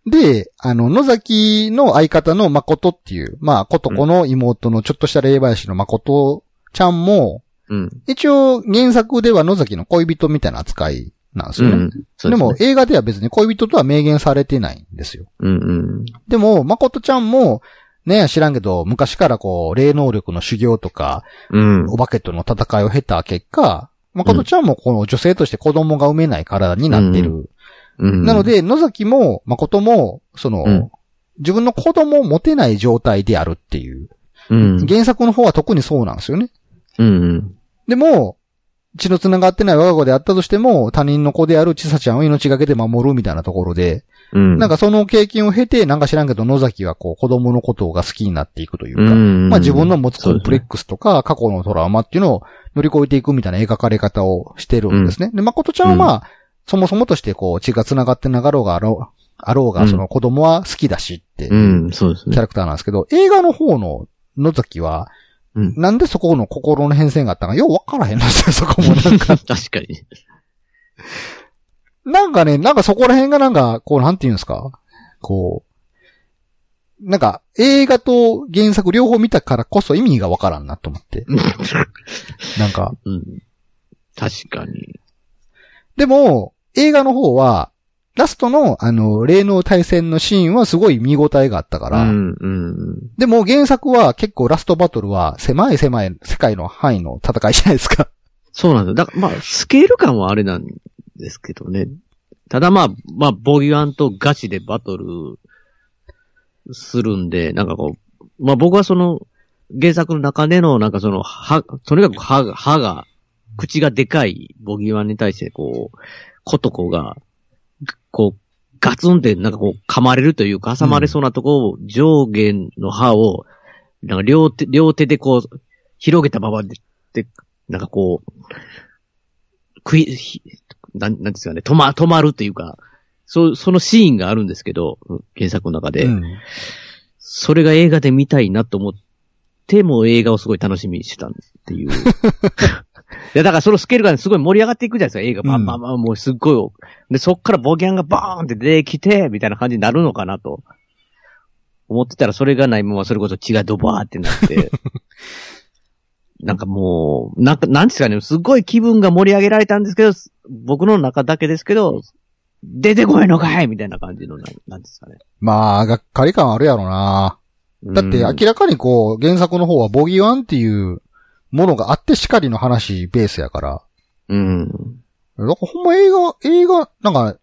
Speaker 1: で、あの、野崎の相方の誠っていう、まあ、ことこの妹のちょっとした霊媒師の誠ちゃんも、
Speaker 2: うん。
Speaker 1: 一応原作では野崎の恋人みたいな扱いなんですよね。
Speaker 2: うん。そ
Speaker 1: で
Speaker 2: うすね
Speaker 1: も、映画では別に恋人とは明言されてないんですよ。
Speaker 2: うんうん。
Speaker 1: でも、誠ちゃんも、ね知らんけど、昔からこう、霊能力の修行とか、
Speaker 2: うん。
Speaker 1: お化けとの戦いを経た結果、誠ちゃんもこの女性として子供が産めない体になってる。
Speaker 2: うん
Speaker 1: なの、で、野崎も誠も、その、
Speaker 2: うん
Speaker 1: 自分の子供を持てない状態であるっていう。
Speaker 2: うん。
Speaker 1: 原作の方は特にそうなんですよね。
Speaker 2: うん。
Speaker 1: でも、血の繋がってない我が子であったとしても、他人の子である千佐ちゃんを命がけで守るみたいなところで、
Speaker 2: うん。
Speaker 1: なんかその経験を経て、なんか知らんけど野崎はこう子供のことが好きになっていくという
Speaker 2: う
Speaker 1: か、
Speaker 2: ん、
Speaker 1: まあ自分の持つコ
Speaker 2: そう
Speaker 1: ン
Speaker 2: です
Speaker 1: プ
Speaker 2: ね
Speaker 1: レックスとか過去のトラウマっていうのを乗り越えていくみたいな描かれ方をしてるんですね。で、誠ちゃんはまあ、そもそもとしてこう血が繋がってなかろうがあろう、あろう
Speaker 2: う
Speaker 1: が
Speaker 2: ん
Speaker 1: その子供は好きだしって
Speaker 2: う
Speaker 1: キ
Speaker 2: ん、そうですね。
Speaker 1: ャラクターなんですけど、映画の方の野崎は、
Speaker 2: うん
Speaker 1: なんでそこの心の変遷があったのか、ようわからへんのですよ、そこもな んか。
Speaker 2: 確かに。
Speaker 1: なんかね、なんかそこら辺がなんか、こう、なんて言うんですかこう、なんか、映画と原作両方見たからこそ意味がわからんなと思って。なんか、
Speaker 2: うん。確かに。
Speaker 1: でも、映画の方は、ラストの、あの、霊能対戦のシーンはすごい見応えがあったか
Speaker 2: う
Speaker 1: ら、
Speaker 2: ん、うん。
Speaker 1: でも原作は結構ラストバトルは狭い狭い世界の範囲の戦いじゃないですか。
Speaker 2: そうなんですよ。だから、まあ、スケール感はあれなんですけどね。ただまあ、まあ、ボギュアンとガチでバトルするんで、なんかこう、まあ僕はその、原作の中での、なんかその、歯、とにかく歯が、歯が、口がでかいボギュアンに対して、こう、コトコが、こう、ガツンって、なんかこう、噛まれるというか、挟まれそうなとこを、上下の歯を、なんか両手、両手でこう、広げたままで、で、なんかこう、食い、ひなん、なんですかね、止ま、止まるというか、そう、そのシーンがあるんですけど、うん原作の中で。
Speaker 1: うん。
Speaker 2: それが映画で見たいなと思って、もう映画をすごい楽しみにしてたっ ていう。いや、だからそのスケールがすごい盛り上がっていくじゃないですか、映画。バンバンバン、もうすっごい。で、そっからボギャンがバーンって出てきて、みたいな感じになるのかなと。思ってたらそれがないままそれこそ血がドバーってな って。なんかもう、なんか、なんですかね、すごい気分が盛り上げられたんですけど、僕の中だけですけど、出てこないのかいみたいな感じの、なんなんですかね。
Speaker 1: まあ、がっかり感あるやろな。だって
Speaker 2: うん
Speaker 1: 明らかにこう、原作の方はボギーワンっていうものがあってしかりの話ベースやから。
Speaker 2: うん。
Speaker 1: だからほんま映画、映画、なんか、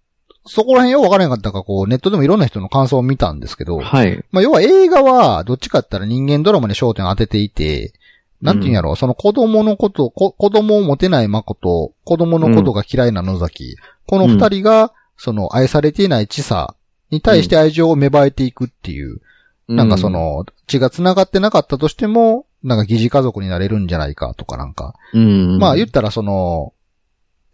Speaker 1: そこら辺よくわからへんかったから、こう、ネットでもいろんな人の感想を見たんですけど、
Speaker 2: はい。
Speaker 1: まあ、要は映画は、どっちかって言ったら人間ドラマに焦点を当てていて、なんて言うんやろ、その子供のこと、こ子供を持てない誠、子供のことが嫌いな野崎、この二人が、その愛されていない知さに対して愛情を芽生えていくっていう、なんかそ、の、血が繋がってなかったとしても、なんか疑似家族になれるんじゃないかとかなんか。
Speaker 2: うん。
Speaker 1: まあ言ったらその、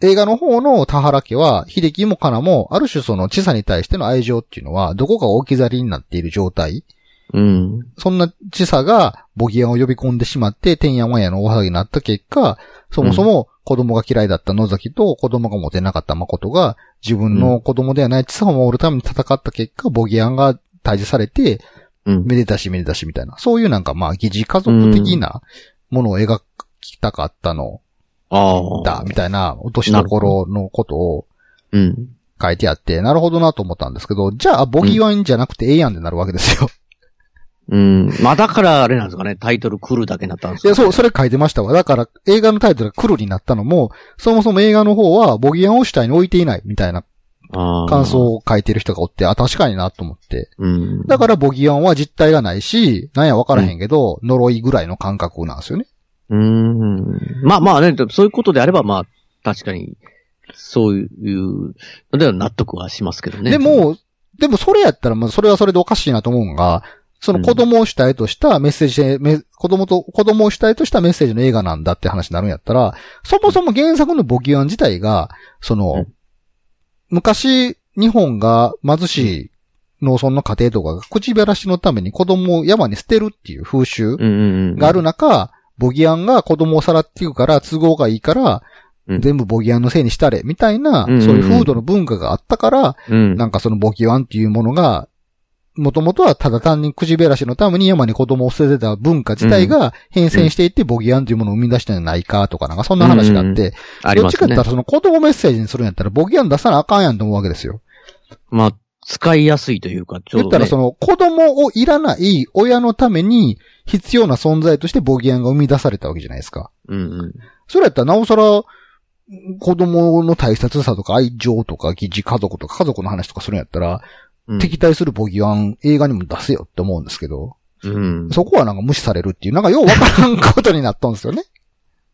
Speaker 1: 映画の方の田原家は、秀樹もかなも、ある種その知さに対しての愛情っていうのは、どこか置き去りになっている状態。
Speaker 2: うん。
Speaker 1: そんな知さが、ボギアンを呼び込んでしまって、天やまやの大騒ぎになった結果、そもそも子供が嫌いだった野崎と子供が持てなかった誠が、自分の子供ではない知さを守るために戦った結果、ボギアンが退治されて、
Speaker 2: うん。
Speaker 1: めでたしめでたしみたいな。そういうなんかまあ、疑似家族的なものを描きたかったの
Speaker 2: あ
Speaker 1: だ、みたいな落としどころのことを
Speaker 2: うん。
Speaker 1: 書いてあって、なるほどなと思ったんですけど、じゃあ、ボギーワインじゃなくてええやんってなるわけですよ。
Speaker 2: うん。まあだからあれなんですかね、タイトル来るだけになったんです
Speaker 1: い
Speaker 2: か
Speaker 1: や、そう、それ書いてましたわ。だから、映画のタイトルが黒になったのも、そもそも映画の方はボギーワインを主体に置いていないみたいな
Speaker 2: あー
Speaker 1: 感想。を書いてる人がおって、あ、確かになと思って。
Speaker 2: うん。
Speaker 1: だから、ボギーワインは実体がないし、なんやわからへんけど、呪いぐらいの感覚なんですよね。
Speaker 2: うん。まあまあね、そういうことであれば、まあ、確かに、そういうのでは納得はしますけどね。
Speaker 1: で、も、でもそれやったら、まあそれはそれでおかしいなと思うんが、その子供を主体としたメッセージで、め子供と、子供を主体としたメッセージの映画なんだって話になるんやったら、そもそも原作のボギュアン自体が、その、
Speaker 2: うん
Speaker 1: 昔、日本が貧しい農村の家庭とかが口減らしのために子供を山に捨てるっていう風習
Speaker 2: うんうんうん。
Speaker 1: がある中、ボギアンが子供をさらっていくから都合がいいから、
Speaker 2: うん
Speaker 1: 全部ボギアンのせいにしたれ、みたいな、
Speaker 2: うんうんうん
Speaker 1: そういう風土の文化があったから、
Speaker 2: うん。
Speaker 1: なんかそのボキワンっていうものが、もともとはただ単にくじべらしのために山に子供を捨ててた文化自体が変遷していってボギワンというものを生み出したんじゃないかとかなんかそんな話があって、
Speaker 2: あり
Speaker 1: どっ
Speaker 2: ま
Speaker 1: ちか
Speaker 2: す
Speaker 1: って言
Speaker 2: ね
Speaker 1: った。らその子供メッセージにするんやったらボギワン出さなあかんやんと思うわけですよ。
Speaker 2: まあ、使いやすいというか、ちょ
Speaker 1: 言
Speaker 2: うど、
Speaker 1: っ
Speaker 2: ね。
Speaker 1: たらその子供をいらない親のために必要な存在としてボギワンが生み出されたわけじゃないですか。
Speaker 2: うんうん。
Speaker 1: それやったらなおさら子供の大切さとか愛情とか疑似家族とか家族の話とかするんやったら、
Speaker 2: うん
Speaker 1: 敵対するボギワン映画にも出せよって思うんですけど、
Speaker 2: うん。
Speaker 1: そこはなんか無視されるっていう、なんかようわからんことになったんですよね。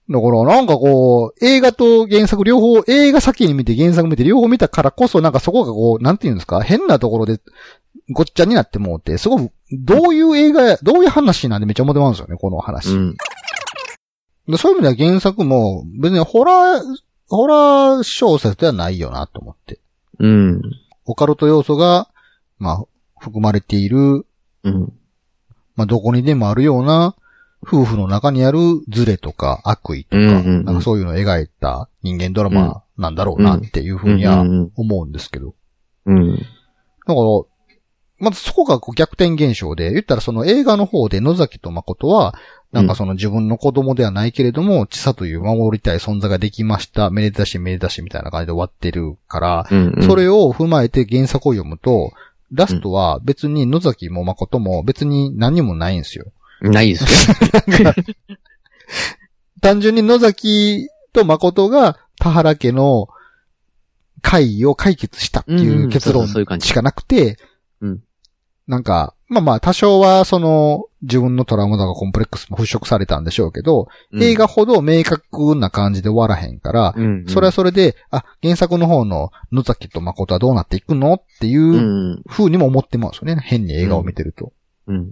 Speaker 1: だからなんかこう、映画と原作両方、映画先に見て原作見て両方見たからこそなんかそこがこう、なんていうんですか、変なところでごっちゃになってもうて、すごく、どういう映画や、どういう話なんでめっちゃ思ってまうんですよね、この話。
Speaker 2: うん。
Speaker 1: でそういう意味では原作も別にホラー、ホラー小説ではないよなと思って。
Speaker 2: うん。
Speaker 1: オカルト要素が、まあ、含まれている、
Speaker 2: うん。
Speaker 1: まあ、どこにでもあるような、夫婦の中にあるズレとか悪意とか、
Speaker 2: うんうんうん
Speaker 1: なんかそういうのを描いた人間ドラマなんだろうなっていうふうに
Speaker 2: う
Speaker 1: は
Speaker 2: ん
Speaker 1: 思うんですけど。
Speaker 2: うんうん。
Speaker 1: だから、まずそこがこう逆転現象で、言ったらその映画の方で野崎と誠は、なんかその自分の子供ではないけれども、知さという守りたい存在ができました。めでたしめでたしみたいな感じで終わってるから、
Speaker 2: うんうん。
Speaker 1: それを踏まえて原作を読むと、ラストは別に野崎も誠も別に何もないんですよ。
Speaker 2: ないですよ。
Speaker 1: 単純に野崎と誠が田原家の会を解決したって
Speaker 2: うん
Speaker 1: いううん結論
Speaker 2: そうそうそういう感じ
Speaker 1: しかなくて
Speaker 2: うん、
Speaker 1: なんか、まあまあ多少はその自分のトラウマとかコンプレックスも払拭されたんでしょうけど、映画ほど明確な感じで終わらへんから、
Speaker 2: うん、うん。。
Speaker 1: それはそれで、あ、原作の方の野崎と誠はどうなっていくのっていううん風にも思ってまうんですよね。変に映画を見てると。
Speaker 2: うん。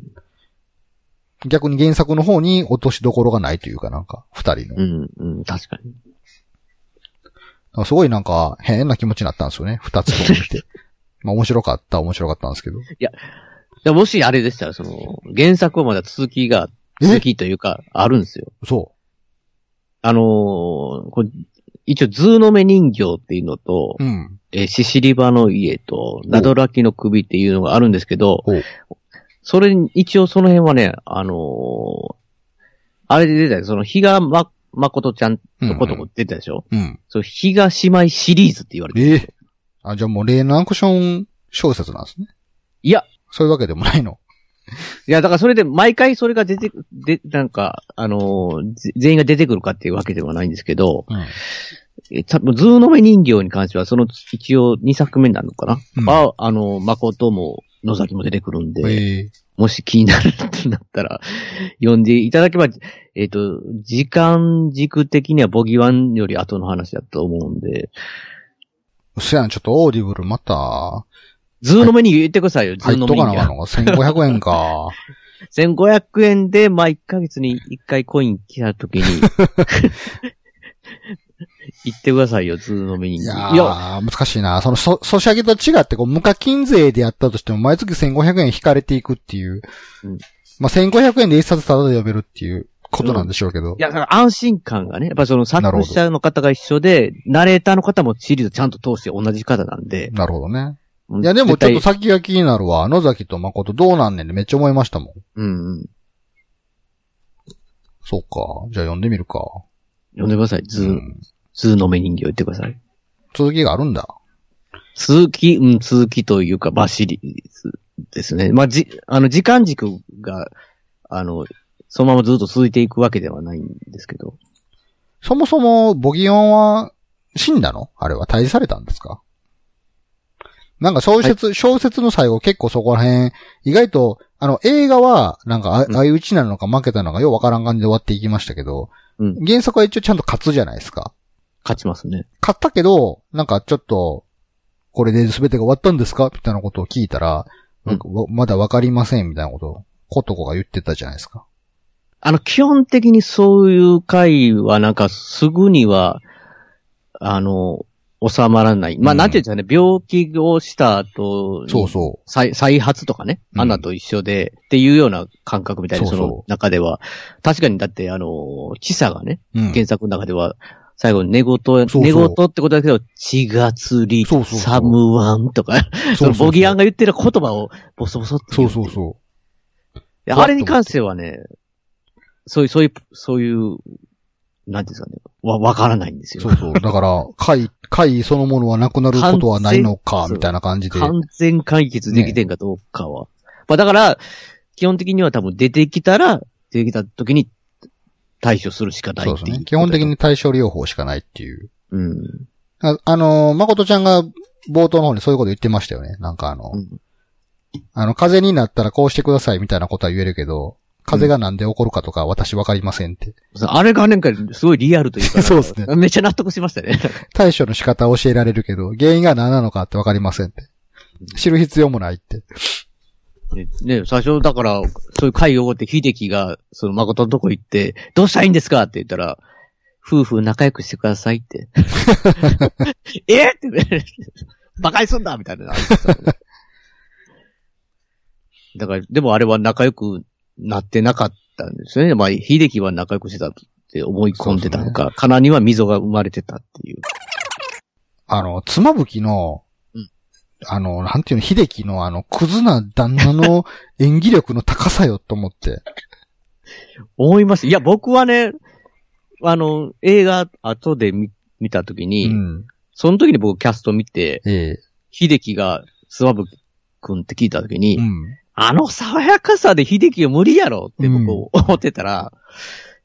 Speaker 1: 逆に原作の方に落としどころがないというかなんか、二人の。
Speaker 2: うん。うん。確かに。
Speaker 1: すごいなんか変な気持ちになったんですよね。二つとも見て。まあ面白かった、面白かったんですけど。
Speaker 2: でもしあれでしたら、その、原作はまだ続きが、続きというか、あるんですよ。
Speaker 1: そ
Speaker 2: あのーこれ一応、ズーの目人形っていうのと、
Speaker 1: う。うん。
Speaker 2: えーシシリバの家と、ナドラキの首っていうのがあるんですけど
Speaker 1: おう、
Speaker 2: それに、一応その辺はね、あのーあれで出たよその、比嘉ま、誠ちゃんのことも出たでしょ、
Speaker 1: うん。
Speaker 2: そう、比嘉姉妹シリーズって言われてる
Speaker 1: ええあ、じゃあもう例のアンクション小説なんですね。
Speaker 2: いや、
Speaker 1: そういうわけでもないの。
Speaker 2: いや、だからそれで毎回それが出てく、で、なんか、あのーぜ全員が出てくるかっていうわけではないんですけど、
Speaker 1: うん。
Speaker 2: えたズーの目人形に関しては、その一応2作目になるのかな、
Speaker 1: うん
Speaker 2: あ、あのー、誠も野崎も出てくるんで、
Speaker 1: ええ
Speaker 2: もし気になるってなったら、 読んでいただけば、えっ、と、時間軸的にはボギワンより後の話だと思うんで、
Speaker 1: そやん、ちょっとオーディブルまた、
Speaker 2: ズーの目に言ってくださいよ、ズ
Speaker 1: 入
Speaker 2: ー
Speaker 1: っ
Speaker 2: の
Speaker 1: と
Speaker 2: 目
Speaker 1: かなあかん
Speaker 2: に。
Speaker 1: の か。1500円か。
Speaker 2: 1500円で、まあ、1ヶ月に1回コイン来た時 に、言ってくださいよ、ズーの目に。
Speaker 1: いやー、難しいな。その、そ、ソシャゲと違って、こう、無課金税でやったとしても、毎月1500円引かれていくっていう。
Speaker 2: うん
Speaker 1: まあ、1500円で一冊タダで読めるっていうことなんでしょうけど。
Speaker 2: いや、だから安心感がね、やっぱりその
Speaker 1: なる
Speaker 2: 作
Speaker 1: ほど
Speaker 2: 者の方が一緒で、ナレーターの方もシリーズちゃんと通して同じ方なんで。
Speaker 1: なるほどね。いや、でもちょっと
Speaker 2: 絶対
Speaker 1: 先が気になるわ。野崎と誠どうなんねんでめっちゃ思いましたもん。
Speaker 2: うんうん。
Speaker 1: そうか。じゃあ読んでみるか。
Speaker 2: 読んでください、ズ
Speaker 1: う
Speaker 2: ー。
Speaker 1: ん。
Speaker 2: ズーの目人形言ってください。
Speaker 1: 続きがあるんだ。
Speaker 2: 続き、うん、続きというか、まあ、シリーズですね。まあ、じ、あの、時間軸が、あの、そのままずっと続いていくわけではないんですけど。
Speaker 1: そもそも、ボギオンは、死んだのあれは退治されたんですかなんか小説、小説の最後結構そこら辺、意外と、あの、映画は、なんかあ、
Speaker 2: うん
Speaker 1: 相打ちなのか負けたのかようわからん感じで終わっていきましたけど、
Speaker 2: うん
Speaker 1: 原作は一応ちゃんと勝つじゃないですか。
Speaker 2: 勝ちますね。
Speaker 1: 勝ったけど、なんかちょっと、これで全てが終わったんですかみたいなことを聞いたら、
Speaker 2: うん
Speaker 1: なんかわまだわかりませんみたいなことを、コトコが言ってたじゃないですか。
Speaker 2: あの、基本的にそういう回は、なんか、すぐには、あの、収まらない。まあ、
Speaker 1: うん
Speaker 2: なんていうんですかね、病気をした後に、
Speaker 1: そうそ
Speaker 2: 再再発とかね、
Speaker 1: うん
Speaker 2: アナと一緒で、っていうような感覚みたいな、
Speaker 1: そ
Speaker 2: そう
Speaker 1: そう
Speaker 2: の中では。確かに、だって、あの、チサがね、
Speaker 1: う。うん。
Speaker 2: 原作の中では、最後に寝言、
Speaker 1: そう
Speaker 2: 寝言ってことだけど、血がつり、
Speaker 1: そうそうそう
Speaker 2: サムワンとか、そ
Speaker 1: そうそうそう
Speaker 2: のボギアンが言ってる言葉をボソボソって
Speaker 1: そ
Speaker 2: 言
Speaker 1: うそう
Speaker 2: う
Speaker 1: そう。
Speaker 2: であれに関してはね、そういう、そういう、そういう、なんていうんですかね、わ、わからないんです
Speaker 1: そ
Speaker 2: よ。
Speaker 1: うそう。だから、会、会そのものはなくなることはないの
Speaker 2: 完
Speaker 1: か、
Speaker 2: 全
Speaker 1: みたいな感じで。
Speaker 2: 完全解決できてんかどうかは。まあだから、基本的には多分出てきたら、出てきた時に対処するしかない
Speaker 1: そ
Speaker 2: っ
Speaker 1: う
Speaker 2: て
Speaker 1: で
Speaker 2: い
Speaker 1: す
Speaker 2: う。
Speaker 1: ね。基本的。に対症療法しかないっていう。
Speaker 2: うん。
Speaker 1: あ、あのー、誠ちゃんが冒頭の方にそういうこと言ってましたよね。なんかあの、
Speaker 2: うん
Speaker 1: あの、風邪になったらこうしてくださいみたいなことは言えるけど、風邪がなんで起こるかとか私わかりませんって。
Speaker 2: そうあれがなんか、すごいリアルという か。
Speaker 1: そうですね。
Speaker 2: めっちゃ納得しましたね。
Speaker 1: 対処の仕方を教えられるけど、原因が何なのかってわかりませんって。知る必要もないって。
Speaker 2: ね、ね最初、だから、そういう会を終わって、秀樹が、その、誠のとこ行って、どうしたらいいんですかって言ったら、夫婦仲良くしてください って。 えって、バカにすんだみたいな。だから、でもあれは仲良くなってなかったんですよね。まあ、秀樹は仲良くしてたって思い込んでたのか、かなには溝が生まれてたっていう。
Speaker 1: あの、妻夫木の
Speaker 2: うん、
Speaker 1: あの、なんていうの、秀樹のあの、クズな旦那 の演技力の高さよと思って。
Speaker 2: 思います。いや、僕はね、あの、映画後で見見たときに、
Speaker 1: うん。
Speaker 2: その時に僕キャスト見て、
Speaker 1: え
Speaker 2: 秀樹がスワブ君って聞いた時
Speaker 1: え
Speaker 2: に、
Speaker 1: うん。
Speaker 2: あの爽やかさで秀樹は無理やろって僕思ってたら、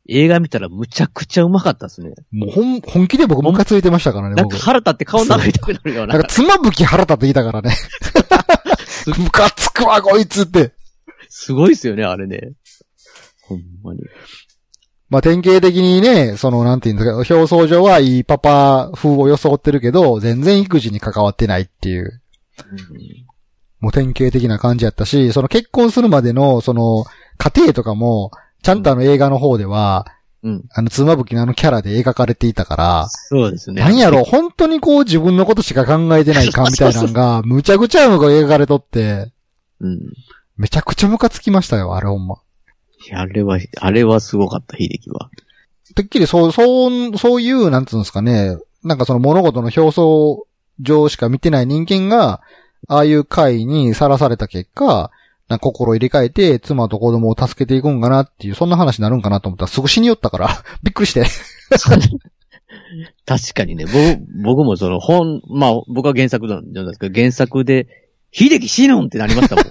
Speaker 2: 映画見たらむちゃくちゃうまかったですね。
Speaker 1: もう本、本気で僕ムカついてましたからね、
Speaker 2: なんか
Speaker 1: 僕。
Speaker 2: 腹立って顔眺めたくなるよう
Speaker 1: なん
Speaker 2: な
Speaker 1: か、。妻夫木腹立っていたから ね。ムカつくわ、こいつって。
Speaker 2: すごいですよね、あれね。ほんまに。
Speaker 1: まあ、典型的にね、その、なんていうんですか、表層上はいいパパ風を装ってるけど、全然育児に関わってないっていう、
Speaker 2: うん
Speaker 1: もう典型的な感じやったし、その結婚するまでの、その、家庭とかも、ちゃんとあの映画の方では、
Speaker 2: うん。
Speaker 1: あの、妻夫木のあのキャラで描かれていたから、
Speaker 2: そうですね。
Speaker 1: なんやろ、本当にこう自分のことしか考えてない感み たいなのが、むちゃくちゃのが描かれとって、
Speaker 2: うん。
Speaker 1: めちゃくちゃムカつきましたよ、あれほんま。
Speaker 2: いやあれは、あれはすごかった、秀樹は。
Speaker 1: てっきりそう、そう、そういう、なんつうんですかね、なんかその物事の表層上しか見てない人間が、ああいう会にさらされた結果、なんか心入れ替えて、妻と子供を助けていくんかなっていう、そんな話になるんかなと思ったら、すぐ死によったから、 びっくりして。
Speaker 2: 確かにね、僕、僕もその本、まあ僕は原作なんですけど、原作で、秀樹死ぬんってなりましたも ん。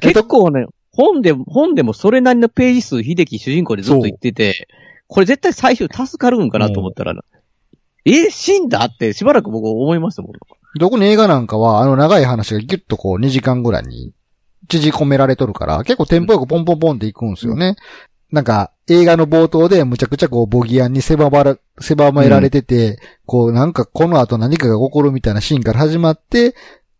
Speaker 2: 結構ね、本で、本でもそれなりのページ数、秀樹主人公でずっと言ってて、これ絶対最終助かるんかなと思ったら、え、死んだってしばらく僕思いましたもん。
Speaker 1: 特に映画なんかは、あの長い話がギュッとこう2時間ぐらいに縮こめられとるから、結構テンポよくポンポンポンっていくんですよね。なんか、映画の冒頭でむちゃくちゃこうボギアンに狭まら、狭められてて、こうなんかこの後何かが起こるみたいなシーンから始まって、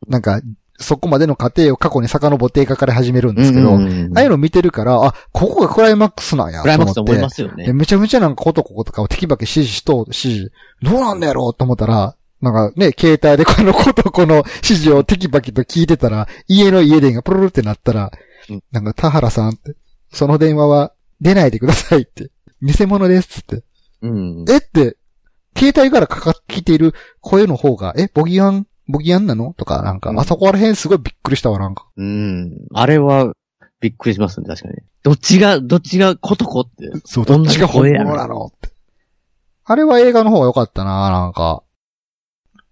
Speaker 1: なんか、そこまでの過程を過去に遡って描かれ始めるんですけど、
Speaker 2: うんうんうん
Speaker 1: ああいうの見てるから、あ、ここがクライマックスなんや
Speaker 2: クライマックスと
Speaker 1: と思
Speaker 2: 思
Speaker 1: っ
Speaker 2: い
Speaker 1: て
Speaker 2: ますよ
Speaker 1: で、
Speaker 2: ね。
Speaker 1: めちゃめちゃなんかことこことかをテキバキ指示しと、指示、どうなんだやろうと思ったら、なんかね、携帯でこのことこの指示をテキバキと聞いてたら、家の家電がプルルってなったら
Speaker 2: うん、
Speaker 1: なんか田原さんって、その電話は出ないでくださいって、偽物ですっつって。
Speaker 2: うん。
Speaker 1: えって、携帯からかかってきている声の方が、え、ボギアン、ボギアンなのとか、なんか
Speaker 2: う、ん
Speaker 1: あそこら辺すごいびっくりしたわ、なんか。
Speaker 2: うん。あれは、びっくりしますね、確かに。どっちが、どっちがことこって。
Speaker 1: そう、
Speaker 2: 同
Speaker 1: ど
Speaker 2: じ
Speaker 1: っちが本物なのって。あれは映画の方が良かったな、なんか。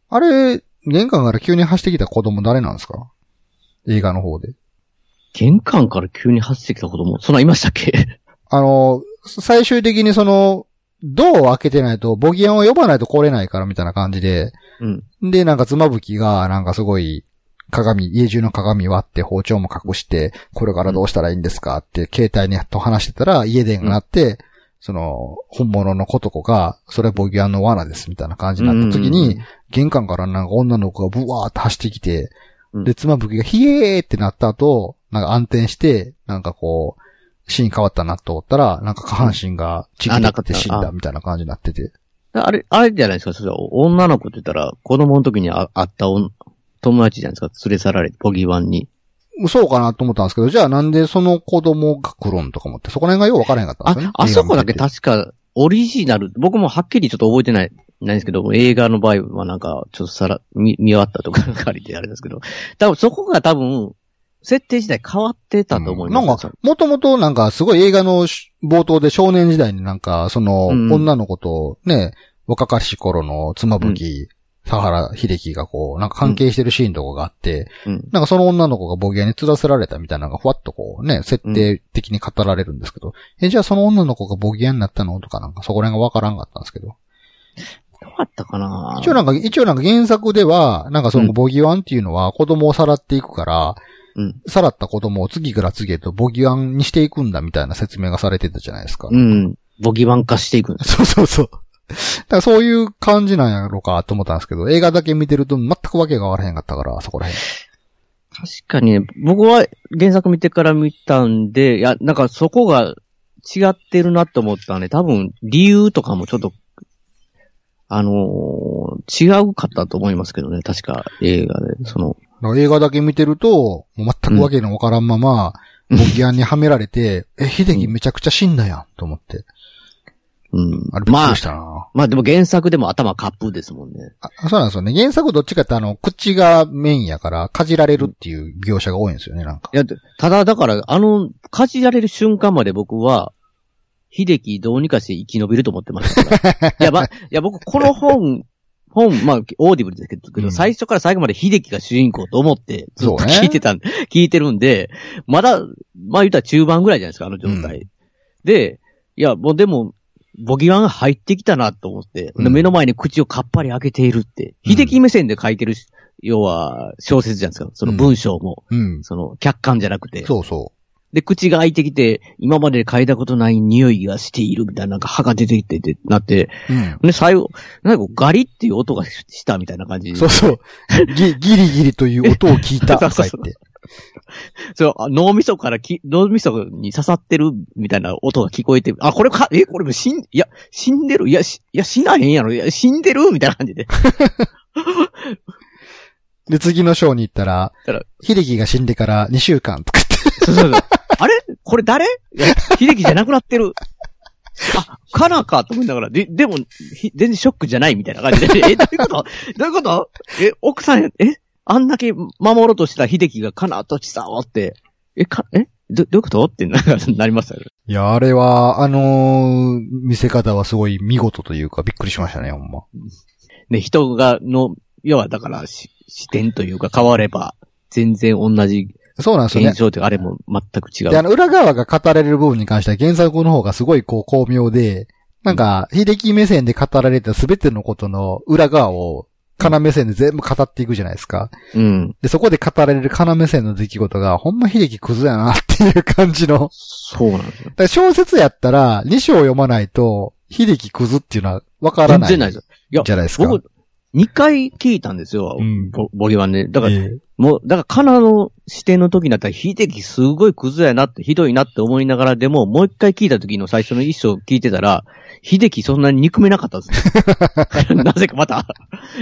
Speaker 1: あれ、玄関から急に走ってきた子供誰なんですか映画の方で。
Speaker 2: 玄関から急に走ってきた子供、そんなんいましたっけ
Speaker 1: あの、最終的にその、ドアを開けてないと、ボギアンを呼ばないと来れないからみたいな感じで、
Speaker 2: うん。
Speaker 1: で、なんか妻夫木が、なんかすごい、鏡、家中の鏡割って包丁も隠して、これからどうしたらいいんですかって、携帯にと話してたら、家電が鳴って、その、本物のことこが、それはボギアンの罠です、みたいな感じになった時に、
Speaker 2: うん、
Speaker 1: 玄関からなんか女の子がブワーって走ってきて、
Speaker 2: うん
Speaker 1: で、妻夫木がヒエーってなった後、なんか暗転して、なんかこう、シーン変わったなと思ったら、なんか下半身がちぎれてて死ん
Speaker 2: あな
Speaker 1: だ
Speaker 2: かったあ
Speaker 1: みたいな感じになってて。
Speaker 2: あれ、あれじゃないですか、それは女の子って言ったら、子供の時にあ会った女友達じゃないですか、連れ去られて、ポギワンに。
Speaker 1: そうかなと思ったんですけど、じゃあなんでその子供が来るんとか思って、そこら辺がよくわからへんかったん
Speaker 2: あ
Speaker 1: ですよね。、
Speaker 2: あそこだけ
Speaker 1: 映画見てて
Speaker 2: 確か、オリジナル、僕もはっきりちょっと覚えてない、ないんですけど、映画の場合はなんか、ちょっとさら、見、見終わったとか借りてあれですけど、多分そこが多分、設定自体変わってたと思います。
Speaker 1: うんなんか、もともとなんかすごい映画のし冒頭で少年時代になんか、その
Speaker 2: うん
Speaker 1: 女の子とね、若かりし頃の妻夫木、田原秀樹がこう、なんか関係してるシーンとかがあって、
Speaker 2: うん。
Speaker 1: なんかその女の子がボギアに連らせられたみたいなのがふわっとこうね、設定的に語られるんですけど、え、じゃあその女の子がボギアになったのとかなんかそこら辺がわからんかったんですけど。
Speaker 2: 変わったかな
Speaker 1: 一応なんか、一応なんか原作では、なんかそうの
Speaker 2: ん
Speaker 1: ボギワンっていうのは子供をさらっていくから、
Speaker 2: うん
Speaker 1: さらった子供を次から次へとボギワンにしていくんだみたいな説明がされてたじゃないですか。
Speaker 2: うん。ボギワン化していくんです。
Speaker 1: そうそうそう。だからそういう感じなんやろうかと思ったんですけど、映画だけ見てると全くわけがわからへんかったから、そこらへん。
Speaker 2: 確かにね、僕は原作見てから見たんで、いや、なんかそこが違ってるなと思ったんで、多分理由とかもちょっと、あのー違うかったと思いますけどね、確か映画で、その、
Speaker 1: だから映画だけ見てると、もう全くわけのわからんまま、
Speaker 2: うん
Speaker 1: ボギワンにはめられ て、え、秀樹めちゃくちゃ死んだやん、と思って。
Speaker 2: うん。
Speaker 1: あれびっく
Speaker 2: まあ
Speaker 1: りし、たな、
Speaker 2: まあでも原作でも頭カップですもんね。
Speaker 1: あそうなんですよね。原作どっちかってあの、口がメインやから、かじられるっていう描写が多いんですよね、なんか。
Speaker 2: いや、ただだから、あの、かじられる瞬間まで僕は、秀樹どうにかして生き延びると思って ましたから。いや、ま、いや、僕、この本、本、まあ、オーディブルですけど、
Speaker 1: うん
Speaker 2: 最初から最後まで秀樹が主人公と思って、ずっと
Speaker 1: そうね
Speaker 2: 聞いてたん、聞いてるんで、まだ、まあ言ったら中盤ぐらいじゃないですか、あの状態。で、いや、もうでも、ボギワンが入ってきたなと思って、
Speaker 1: うん
Speaker 2: 目の前に口をかっぱり開けているって、
Speaker 1: うん
Speaker 2: 秀樹目線で書いてるし、要は、小説じゃないですか、その文章も。
Speaker 1: うん。
Speaker 2: その、客観じゃなくて。
Speaker 1: そうそ
Speaker 2: で、口が開いてきて、今まで嗅いだことない匂いがしているみたいな、なんか歯が出てきてってなって、
Speaker 1: う。うん。
Speaker 2: で、最後、なんかこうガリっていう音がししたみたいな感じ。
Speaker 1: そうそう。ぎギリギリという音を聞いた。と
Speaker 2: そう
Speaker 1: か
Speaker 2: そう
Speaker 1: 言
Speaker 2: そう
Speaker 1: って。
Speaker 2: そう、あ脳みそからき、脳みそに刺さってるみたいな音が聞こえて、あ、これか、え、これも死ん、いや、死んでるいや、しいや、死なへんやろいや、死んでるみたいな感じで。
Speaker 1: で、次の章に行ったら
Speaker 2: たら、
Speaker 1: 秀樹が死んでから2週間とかって。
Speaker 2: そうそうそう。あれこれ誰いや秀樹じゃなくなってる。あ、カナかと思いながら、で、でも、ひ全然ショックじゃないみたいな感じで、え、どういうことどういうことえ、奥さん、え、あんだけ守ろうとした秀樹がカナとちさをって、え、か、え、ど、どういうことってな、なりましたよね。
Speaker 1: いや、あれは、あのー見せ方はすごい見事というか、びっくりしましたね、ほんま。
Speaker 2: ね、人が、の、要はだからし、視点というか変われば、全然同じ
Speaker 1: そうなんですよね
Speaker 2: 現。象というか、あれも全く違
Speaker 1: で、あ
Speaker 2: う。
Speaker 1: の、裏側が語られる部分に関しては原作の方がすごいこう巧妙で、なんか、秀樹目線で語られた全てのことの裏側を、カナ目線で全部語っていくじゃないですか。
Speaker 2: うん。
Speaker 1: で、そこで語られるカナ目線の出来事が、ほんま秀樹クズやなっていう 感じの。
Speaker 2: そうなんですよ。
Speaker 1: だから小説やったら、2章読まないと、秀樹クズっていうのはわから
Speaker 2: 全
Speaker 1: ない。
Speaker 2: 然ないですよ。いや
Speaker 1: じゃないですか。
Speaker 2: 僕、2回聞いたんですよ。
Speaker 1: うん
Speaker 2: ボボリはね。だから、
Speaker 1: ええ
Speaker 2: もう、だから、カナの視点の時になったら、秀樹すごいクズやなって、ひどいなって思いながらでも、もう一回聞いた時の最初の一章聞いてたら、秀樹そんなに憎めなかったんです よ。なぜかまた。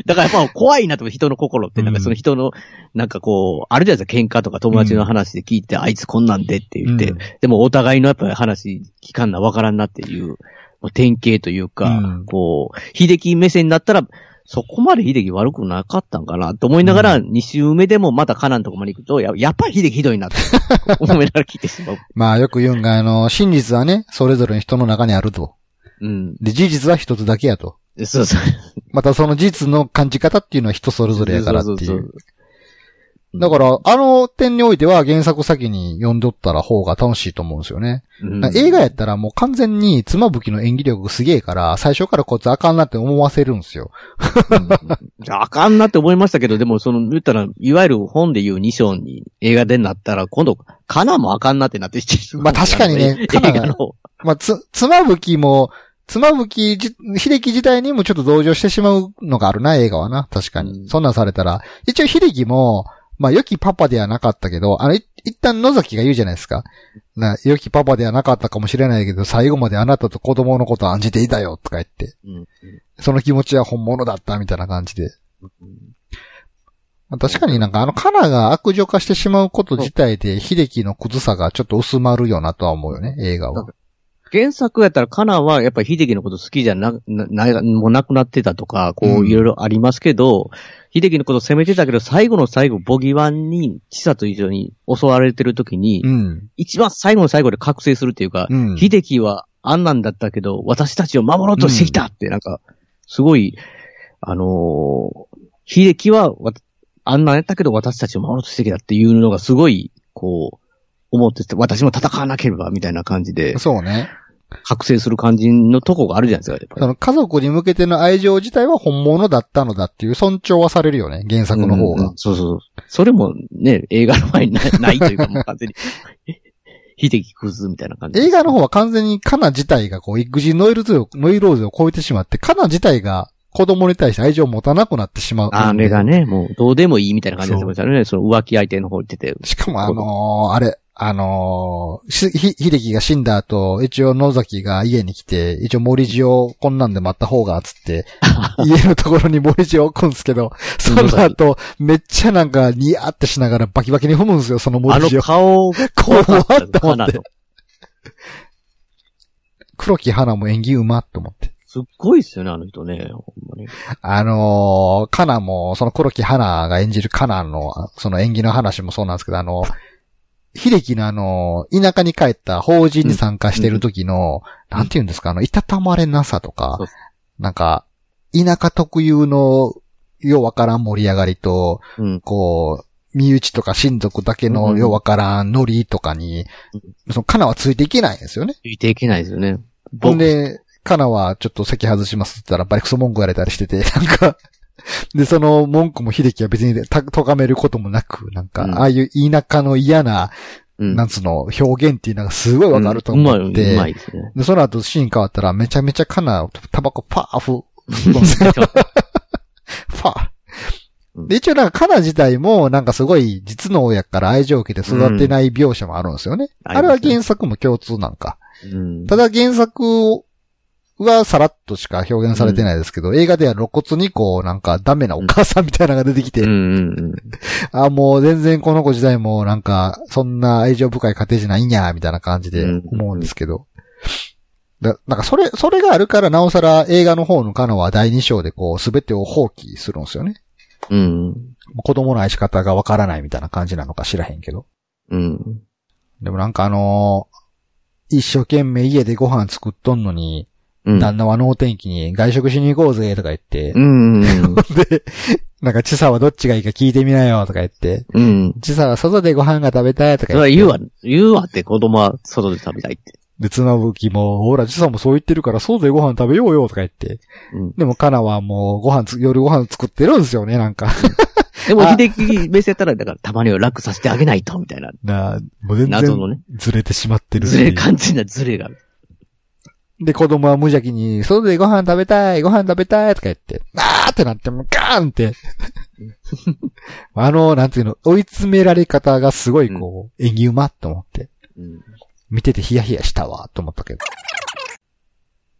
Speaker 2: だからやっぱ怖いなと思う、人の心って、な
Speaker 1: う
Speaker 2: んか
Speaker 1: ん
Speaker 2: その人の、なんかこう、あるじゃないですか、喧嘩とか友達の話で聞いて、あいつこんなんでって言って、
Speaker 1: うん
Speaker 2: でもお互いのやっぱり話聞かんなわからんなっていう、まあ典型というか、
Speaker 1: うん
Speaker 2: こう、秀樹目線だったら、そこまで秀樹悪くなかったんかなと思いながら、2周目でもまたカナンとこまで行くと、ややっぱり秀樹ひど いなって思いながら聞いてしまう。
Speaker 1: まあよく言うんが、あの、真実はね、それぞれの人の中にあると。
Speaker 2: うん。
Speaker 1: で、事実は一つだけやと。
Speaker 2: そうそう。
Speaker 1: またその事実の感じ方っていうのは人それぞれやからっていう。
Speaker 2: そうそうそう
Speaker 1: だから、あの点においては原作先に読んどったら方が楽しいと思うんですよね。
Speaker 2: うん
Speaker 1: 映画やったらもう完全に妻夫木の演技力すげえから、最初からこいつあかんなって思わせるんですよ。
Speaker 2: あかんなって思いましたけど、でもその、言ったら、いわゆる本で言う2章に映画でなったら、今度、カナンもあかんなってなってきてしまう
Speaker 1: まあ確かにね
Speaker 2: 映
Speaker 1: カナンが
Speaker 2: 画の。
Speaker 1: まあ、つ、妻夫木も、妻夫木じ、秀樹自体にもちょっと同情してしまうのがあるな、映画はな。確か
Speaker 2: う
Speaker 1: に。
Speaker 2: ん
Speaker 1: そんなんされたら。一応秀樹も、まあ、良きパパではなかったけど、あの、い一旦野崎が言うじゃないですか。な、良きパパではなかったかもしれないけど、最後まであなたと子供のことを案じていたよ、とか言って。
Speaker 2: うん
Speaker 1: その気持ちは本物だった、みたいな感じで。まあ確かになんかあのカナが悪女化してしまうこと自体で、秀樹のくずさがちょっと薄まるよなとは思うよね、映画は。
Speaker 2: 原作やったら、カナンはやっぱり秀樹のこと好きじゃな、な、なもうなくなってたとか、こ
Speaker 1: うん
Speaker 2: ういろいろありますけど、秀樹のこと責めてたけど、最後の最後、ボギワンに、千里以上に襲われてる時に、
Speaker 1: うん。
Speaker 2: 一番最後の最後で覚醒するっていうか、
Speaker 1: うん。
Speaker 2: 秀樹はあんなんだったけど、私たちを守ろうとしてきたって、なんか、すごい、あのー秀樹はわ、あんなんやったけど、私たちを守ろうとしてきたっていうのがすごい、こう、思ってて、私も戦わなければ、みたいな感じで、
Speaker 1: そうね。
Speaker 2: 覚醒する感じのとこがあるじゃないですか、やっぱり
Speaker 1: その家族に向けての愛情自体は本物だったのだっていう尊重はされるよね、原作の方
Speaker 2: うん
Speaker 1: が
Speaker 2: うん。そうそう。それもね、映画の前になないというか、もう 完全に、秀樹クズみたいな感じ。
Speaker 1: 映画の方は完全にカナ自体がこう、育児ノイルズを、ノイローゼを超えてしまって、カナ自体が子供に対して愛情を持たなくなってしまう。
Speaker 2: あれがね、もうどうでもいいみたいな感じになってましたね。その浮気相手の方に出て。
Speaker 1: しかもあのーあれ、あのーしひ、秀樹が死んだ後、一応野崎が家に来て、一応森地をこんなんで待った方が、つ って、家のところに森地を置くんですけど、その後、めっちゃなんかニヤってしながらバキバキに踏むんですよ、その
Speaker 2: あ
Speaker 1: 森
Speaker 2: の
Speaker 1: 地を。
Speaker 2: 顔が
Speaker 1: 怖かったと思
Speaker 2: かな
Speaker 1: って
Speaker 2: と。。
Speaker 1: 黒木花も演技うまっと思って。
Speaker 2: すっごいっすよね、あの人ね。ほんまに。
Speaker 1: あのー、カナも、その黒木花が演じるカナの、その演技の話もそうなんですけど、あの、秀樹のあの、田舎に帰った法人に参加してる時の、
Speaker 2: うん
Speaker 1: なんて言うんですか、あの、いたたまれなさとか
Speaker 2: そうそ、
Speaker 1: なんか、田舎特有の、ようわからん盛り上がりと、
Speaker 2: うん。
Speaker 1: こう、身内とか親族だけ
Speaker 2: うんう
Speaker 1: の
Speaker 2: ん
Speaker 1: ようわからんノリとかに、そのカナはついていけないんですよね。
Speaker 2: ついていけないですよね。
Speaker 1: ほ
Speaker 2: 僕
Speaker 1: んで、カナはちょっと席外しますって言ったらバリクソ文句言われたりしてて、 なんか、で、その文句も秀樹は別にた、咎めることもなく、なんか、
Speaker 2: うん
Speaker 1: ああいう田舎の嫌な、
Speaker 2: うん
Speaker 1: なんつうの、表現っていうのがすごいわかると思
Speaker 2: う
Speaker 1: っ
Speaker 2: んうまい、
Speaker 1: て、
Speaker 2: うまいですね。
Speaker 1: で、その後シーン変わったらめちゃめちゃカナ、タバコパーフ、ファー。
Speaker 2: うん
Speaker 1: で、一応なんかカナ自体もなんかすごい実の親から愛情を受けて育てない描写もあるんですよね。
Speaker 2: うん
Speaker 1: あれ
Speaker 2: あ
Speaker 1: は
Speaker 2: りますね
Speaker 1: 原作も共通なんか。
Speaker 2: うん。
Speaker 1: ただ原作はさらっとしか表現されてないですけど、映画では露骨にこうなんかダメなお母さんみたいなのが出てきて、
Speaker 2: うんうんうん。
Speaker 1: あ、もう全然この子自体もなんか、そんな愛情深い家庭じゃないんや、みたいな感じで思うんですけど。だなんかそれ、それがあるからなおさら映画の方のカノは第2章でこう全てを放棄するんですよね。
Speaker 2: うん。
Speaker 1: もう子供の愛し方がわからないみたいな感じなのか知らへんけど。
Speaker 2: うん。
Speaker 1: でもなんかあのー一生懸命家でご飯作っとんのに、
Speaker 2: うん。
Speaker 1: 旦那は能天気に外食しに行こうぜとか言って
Speaker 2: う、ん。
Speaker 1: で、なんか、チサはどっちがいいか聞いてみなよとか言って、
Speaker 2: うん。
Speaker 1: チサは外でご飯が食べたいとか
Speaker 2: そ
Speaker 1: 言
Speaker 2: れ
Speaker 1: っ
Speaker 2: は
Speaker 1: て。
Speaker 2: 言うわ、言うわって子供は外で食べたいって。
Speaker 1: で、綱吹きも、ほら、じさんもそう言ってるから、そうでご飯食べようよ、とか言って。
Speaker 2: うん。
Speaker 1: でも、カナはもう、ご飯つ、夜ご飯作ってるんですよね、なんか。
Speaker 2: でも
Speaker 1: あ
Speaker 2: 秀樹目線やったら、だからたまには楽させてあげないと、みたいな。
Speaker 1: なあもう全
Speaker 2: 謎のね
Speaker 1: 然、ずれてしまってるって
Speaker 2: ず
Speaker 1: い
Speaker 2: れ、
Speaker 1: う
Speaker 2: 完全なずれがある。
Speaker 1: で、子供は無邪気に、外でご飯食べたい、ご飯食べたい、とか言って、あーってなって、もうガーンって。 あの、なんていうの、追い詰められ方がすごい、こう、演技うまって思って。
Speaker 2: うん。
Speaker 1: 見ててヒヤヒヤしたわ、と思ったけど。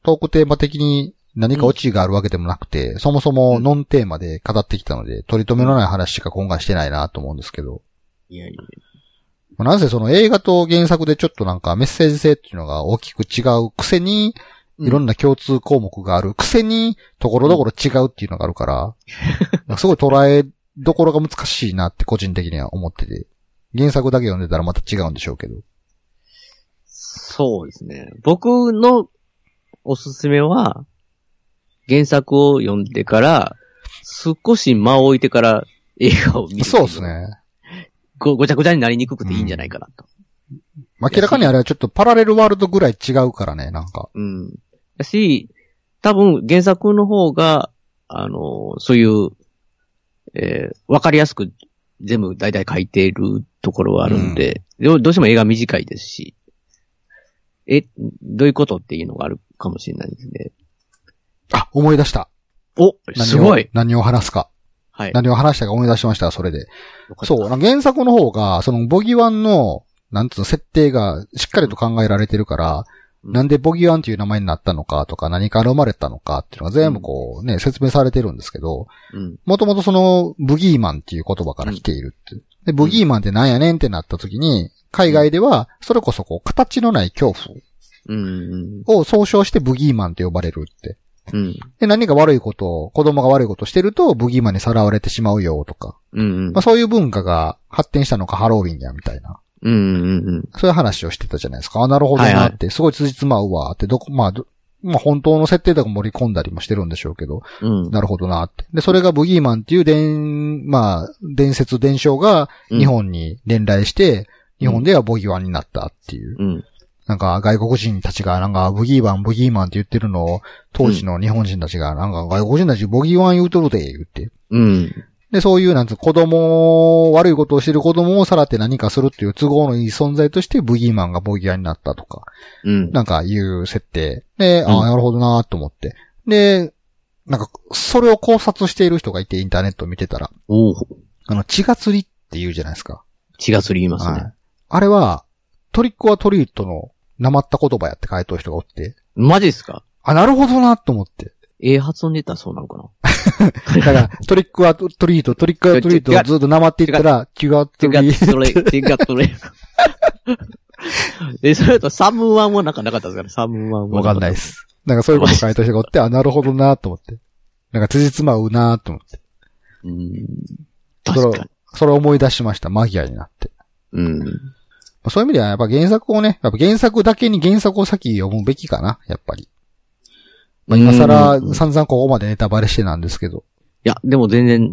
Speaker 1: トークテーマ的に何かオチがあるわけでもなくて、そもそもノンテーマで語ってきたので、取り留めのない話しか今回してないなと思うんですけど。
Speaker 2: いやいや。
Speaker 1: まあなんせその映画と原作でちょっとなんかメッセージ性っていうのが大きく違うくせに、いろんな共通項目があるくせに、ところどころ違うっていうのがある から、なんかすごい捉えどころが難しいなって個人的には思ってて、原作だけ読んでたらまた違うんでしょうけど。
Speaker 2: そうですね。僕のおすすめは、原作を読んでから、少し間を置いてから映画を見る。
Speaker 1: そうです。ね。
Speaker 2: ご、ごちゃごちゃになりにくくていいんじゃないかなと。
Speaker 1: 明らかにあれはちょっとパラレルワールドぐらい違うからね、なんか。
Speaker 2: うん。だし、多分原作の方が、あの、そういう、えーわかりやすく全部大体書いているところはあるんで、どうどうしても映画短いですし、え、どういうことっていうのがあるかもしれないですね。
Speaker 1: あ、思い出した。
Speaker 2: お、
Speaker 1: 何を
Speaker 2: すごい
Speaker 1: 何を話すか。
Speaker 2: はい。
Speaker 1: 何を話したか思い出しました、それで。
Speaker 2: よかった
Speaker 1: そう、原作の方が、そのボギワンの、なんつうの、設定がしっかりと考えられてるから、
Speaker 2: うん
Speaker 1: なんでボギワンっていう名前になったのかとか、何から生まれたのかっていうのが全部こうね、説明されてるんですけど、
Speaker 2: うん。
Speaker 1: もともとその、ブギーマンっていう言葉から来ているって。で、ブギーマンってなんやねんってなった時に、海外では、それこそこう、形のない恐
Speaker 2: うん。
Speaker 1: 怖を総称してブギーマンって呼ばれるって。
Speaker 2: うん。
Speaker 1: で、何か悪いことを、子供が悪いことをしてると、ブギーマンにさらわれてしまうよとか、
Speaker 2: うん
Speaker 1: まあ。そういう文化が発展したのかハロウィンや、みたいな。
Speaker 2: うん。
Speaker 1: そういう話をしてたじゃないですか。あ、なるほど
Speaker 2: はいは
Speaker 1: ないって、すごい辻褄合うわって、どこ、まあ、どまあ本当の設定とか盛り込んだりもしてるんでしょうけど、
Speaker 2: うん。
Speaker 1: なるほどなって。で、それがブギーマンっていう伝、まあ、伝説伝承が日本に伝来して、
Speaker 2: うん
Speaker 1: 日本ではボギーワンになったっていう。
Speaker 2: うん。
Speaker 1: なんか外国人たちがなんかブギーワン、ブギーマンって言ってるのを、当時の日本人たちがなんか外国人たちボギーワン言うとるで、言って。
Speaker 2: うん。
Speaker 1: で、そういうなんつう、子供を、悪いことをしてる子供をさらって何かするっていう都合のいい存在としてブギーマンがボギーワンになったとか、
Speaker 2: うん。
Speaker 1: なんかいう設定。で、
Speaker 2: う
Speaker 1: あ
Speaker 2: ん
Speaker 1: あ、なるほどなーと思って。で、なんか、それを考察している人がいて、インターネットを見てたら、
Speaker 2: おお
Speaker 1: あの、血が釣りって言うじゃないですか。
Speaker 2: 血がすり言います
Speaker 1: は
Speaker 2: ね。
Speaker 1: い。あれは、トリックはトリートの、なまった言葉やって回答人がおって、
Speaker 2: マジですか
Speaker 1: あ、なるほどなと思って。
Speaker 2: ええ発音出たらそうなのか
Speaker 1: だから、トリックはトリート、トリックはトリートをずっとなまっていったら、血が
Speaker 2: な
Speaker 1: 釣り。
Speaker 2: それ、血がそ れ。え、それだとサムワンもなんかなかったですかねサムワンも。
Speaker 1: わかんない
Speaker 2: い。
Speaker 1: です。なんかそういうこと回答してがおって、あ、なるほどなと思って。なんか辻褄合うなと思って。
Speaker 2: うん。確かに。
Speaker 1: それを思い出しました。マギアになって。
Speaker 2: うん。
Speaker 1: まあそういう意味ではやっぱ原作をね、やっぱ原作だけに原作を先読むべきかな、やっぱり。まあ今
Speaker 2: うん
Speaker 1: 更散々ここまでネタバレしてなんですけど。
Speaker 2: いや、でも全然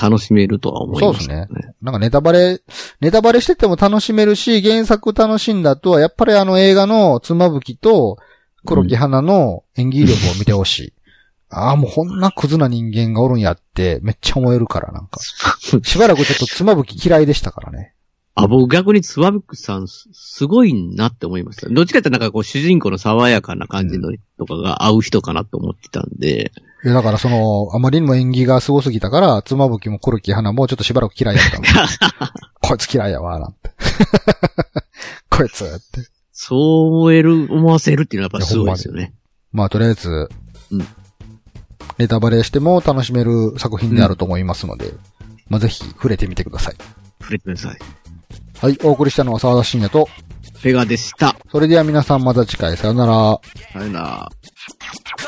Speaker 2: 楽しめるとは思います。
Speaker 1: そうですなんかネタバレ、ネタバレしてても楽しめるし、原作楽しんだ後は、やっぱりあの映画のつまぶきと黒木花の演技力を見てほしい。ああ、もうこんなクズな人間がおるんやって、めっちゃ思えるから、なんか。しばらくちょっとつまぶき嫌いでしたからね。
Speaker 2: あ、僕逆につわびくさんす、すごいなって思いました。どっちかってなんかこう主人公の爽やかな感じのとかが合う人かなと思ってたんで、
Speaker 1: いや、だからその、あまりにも演技が凄すぎたから、妻夫木もコルキ花もちょっとしばらく嫌いだったの。こいつ嫌いやわ、なんて。 こいつって。
Speaker 2: そう思える、思わせるっていうのはやっぱすごいですよね。
Speaker 1: まあ、とりあえず、
Speaker 2: うん
Speaker 1: ネタバレしても楽しめる作品であると思いますので、まあ、ぜひ触れてみてください。
Speaker 2: 触れてください。
Speaker 1: はい、お送りしたのは沢田信也と、
Speaker 2: ペガでした。
Speaker 1: それでは皆さんまた次回、さよなら。
Speaker 2: さよなら。
Speaker 3: 「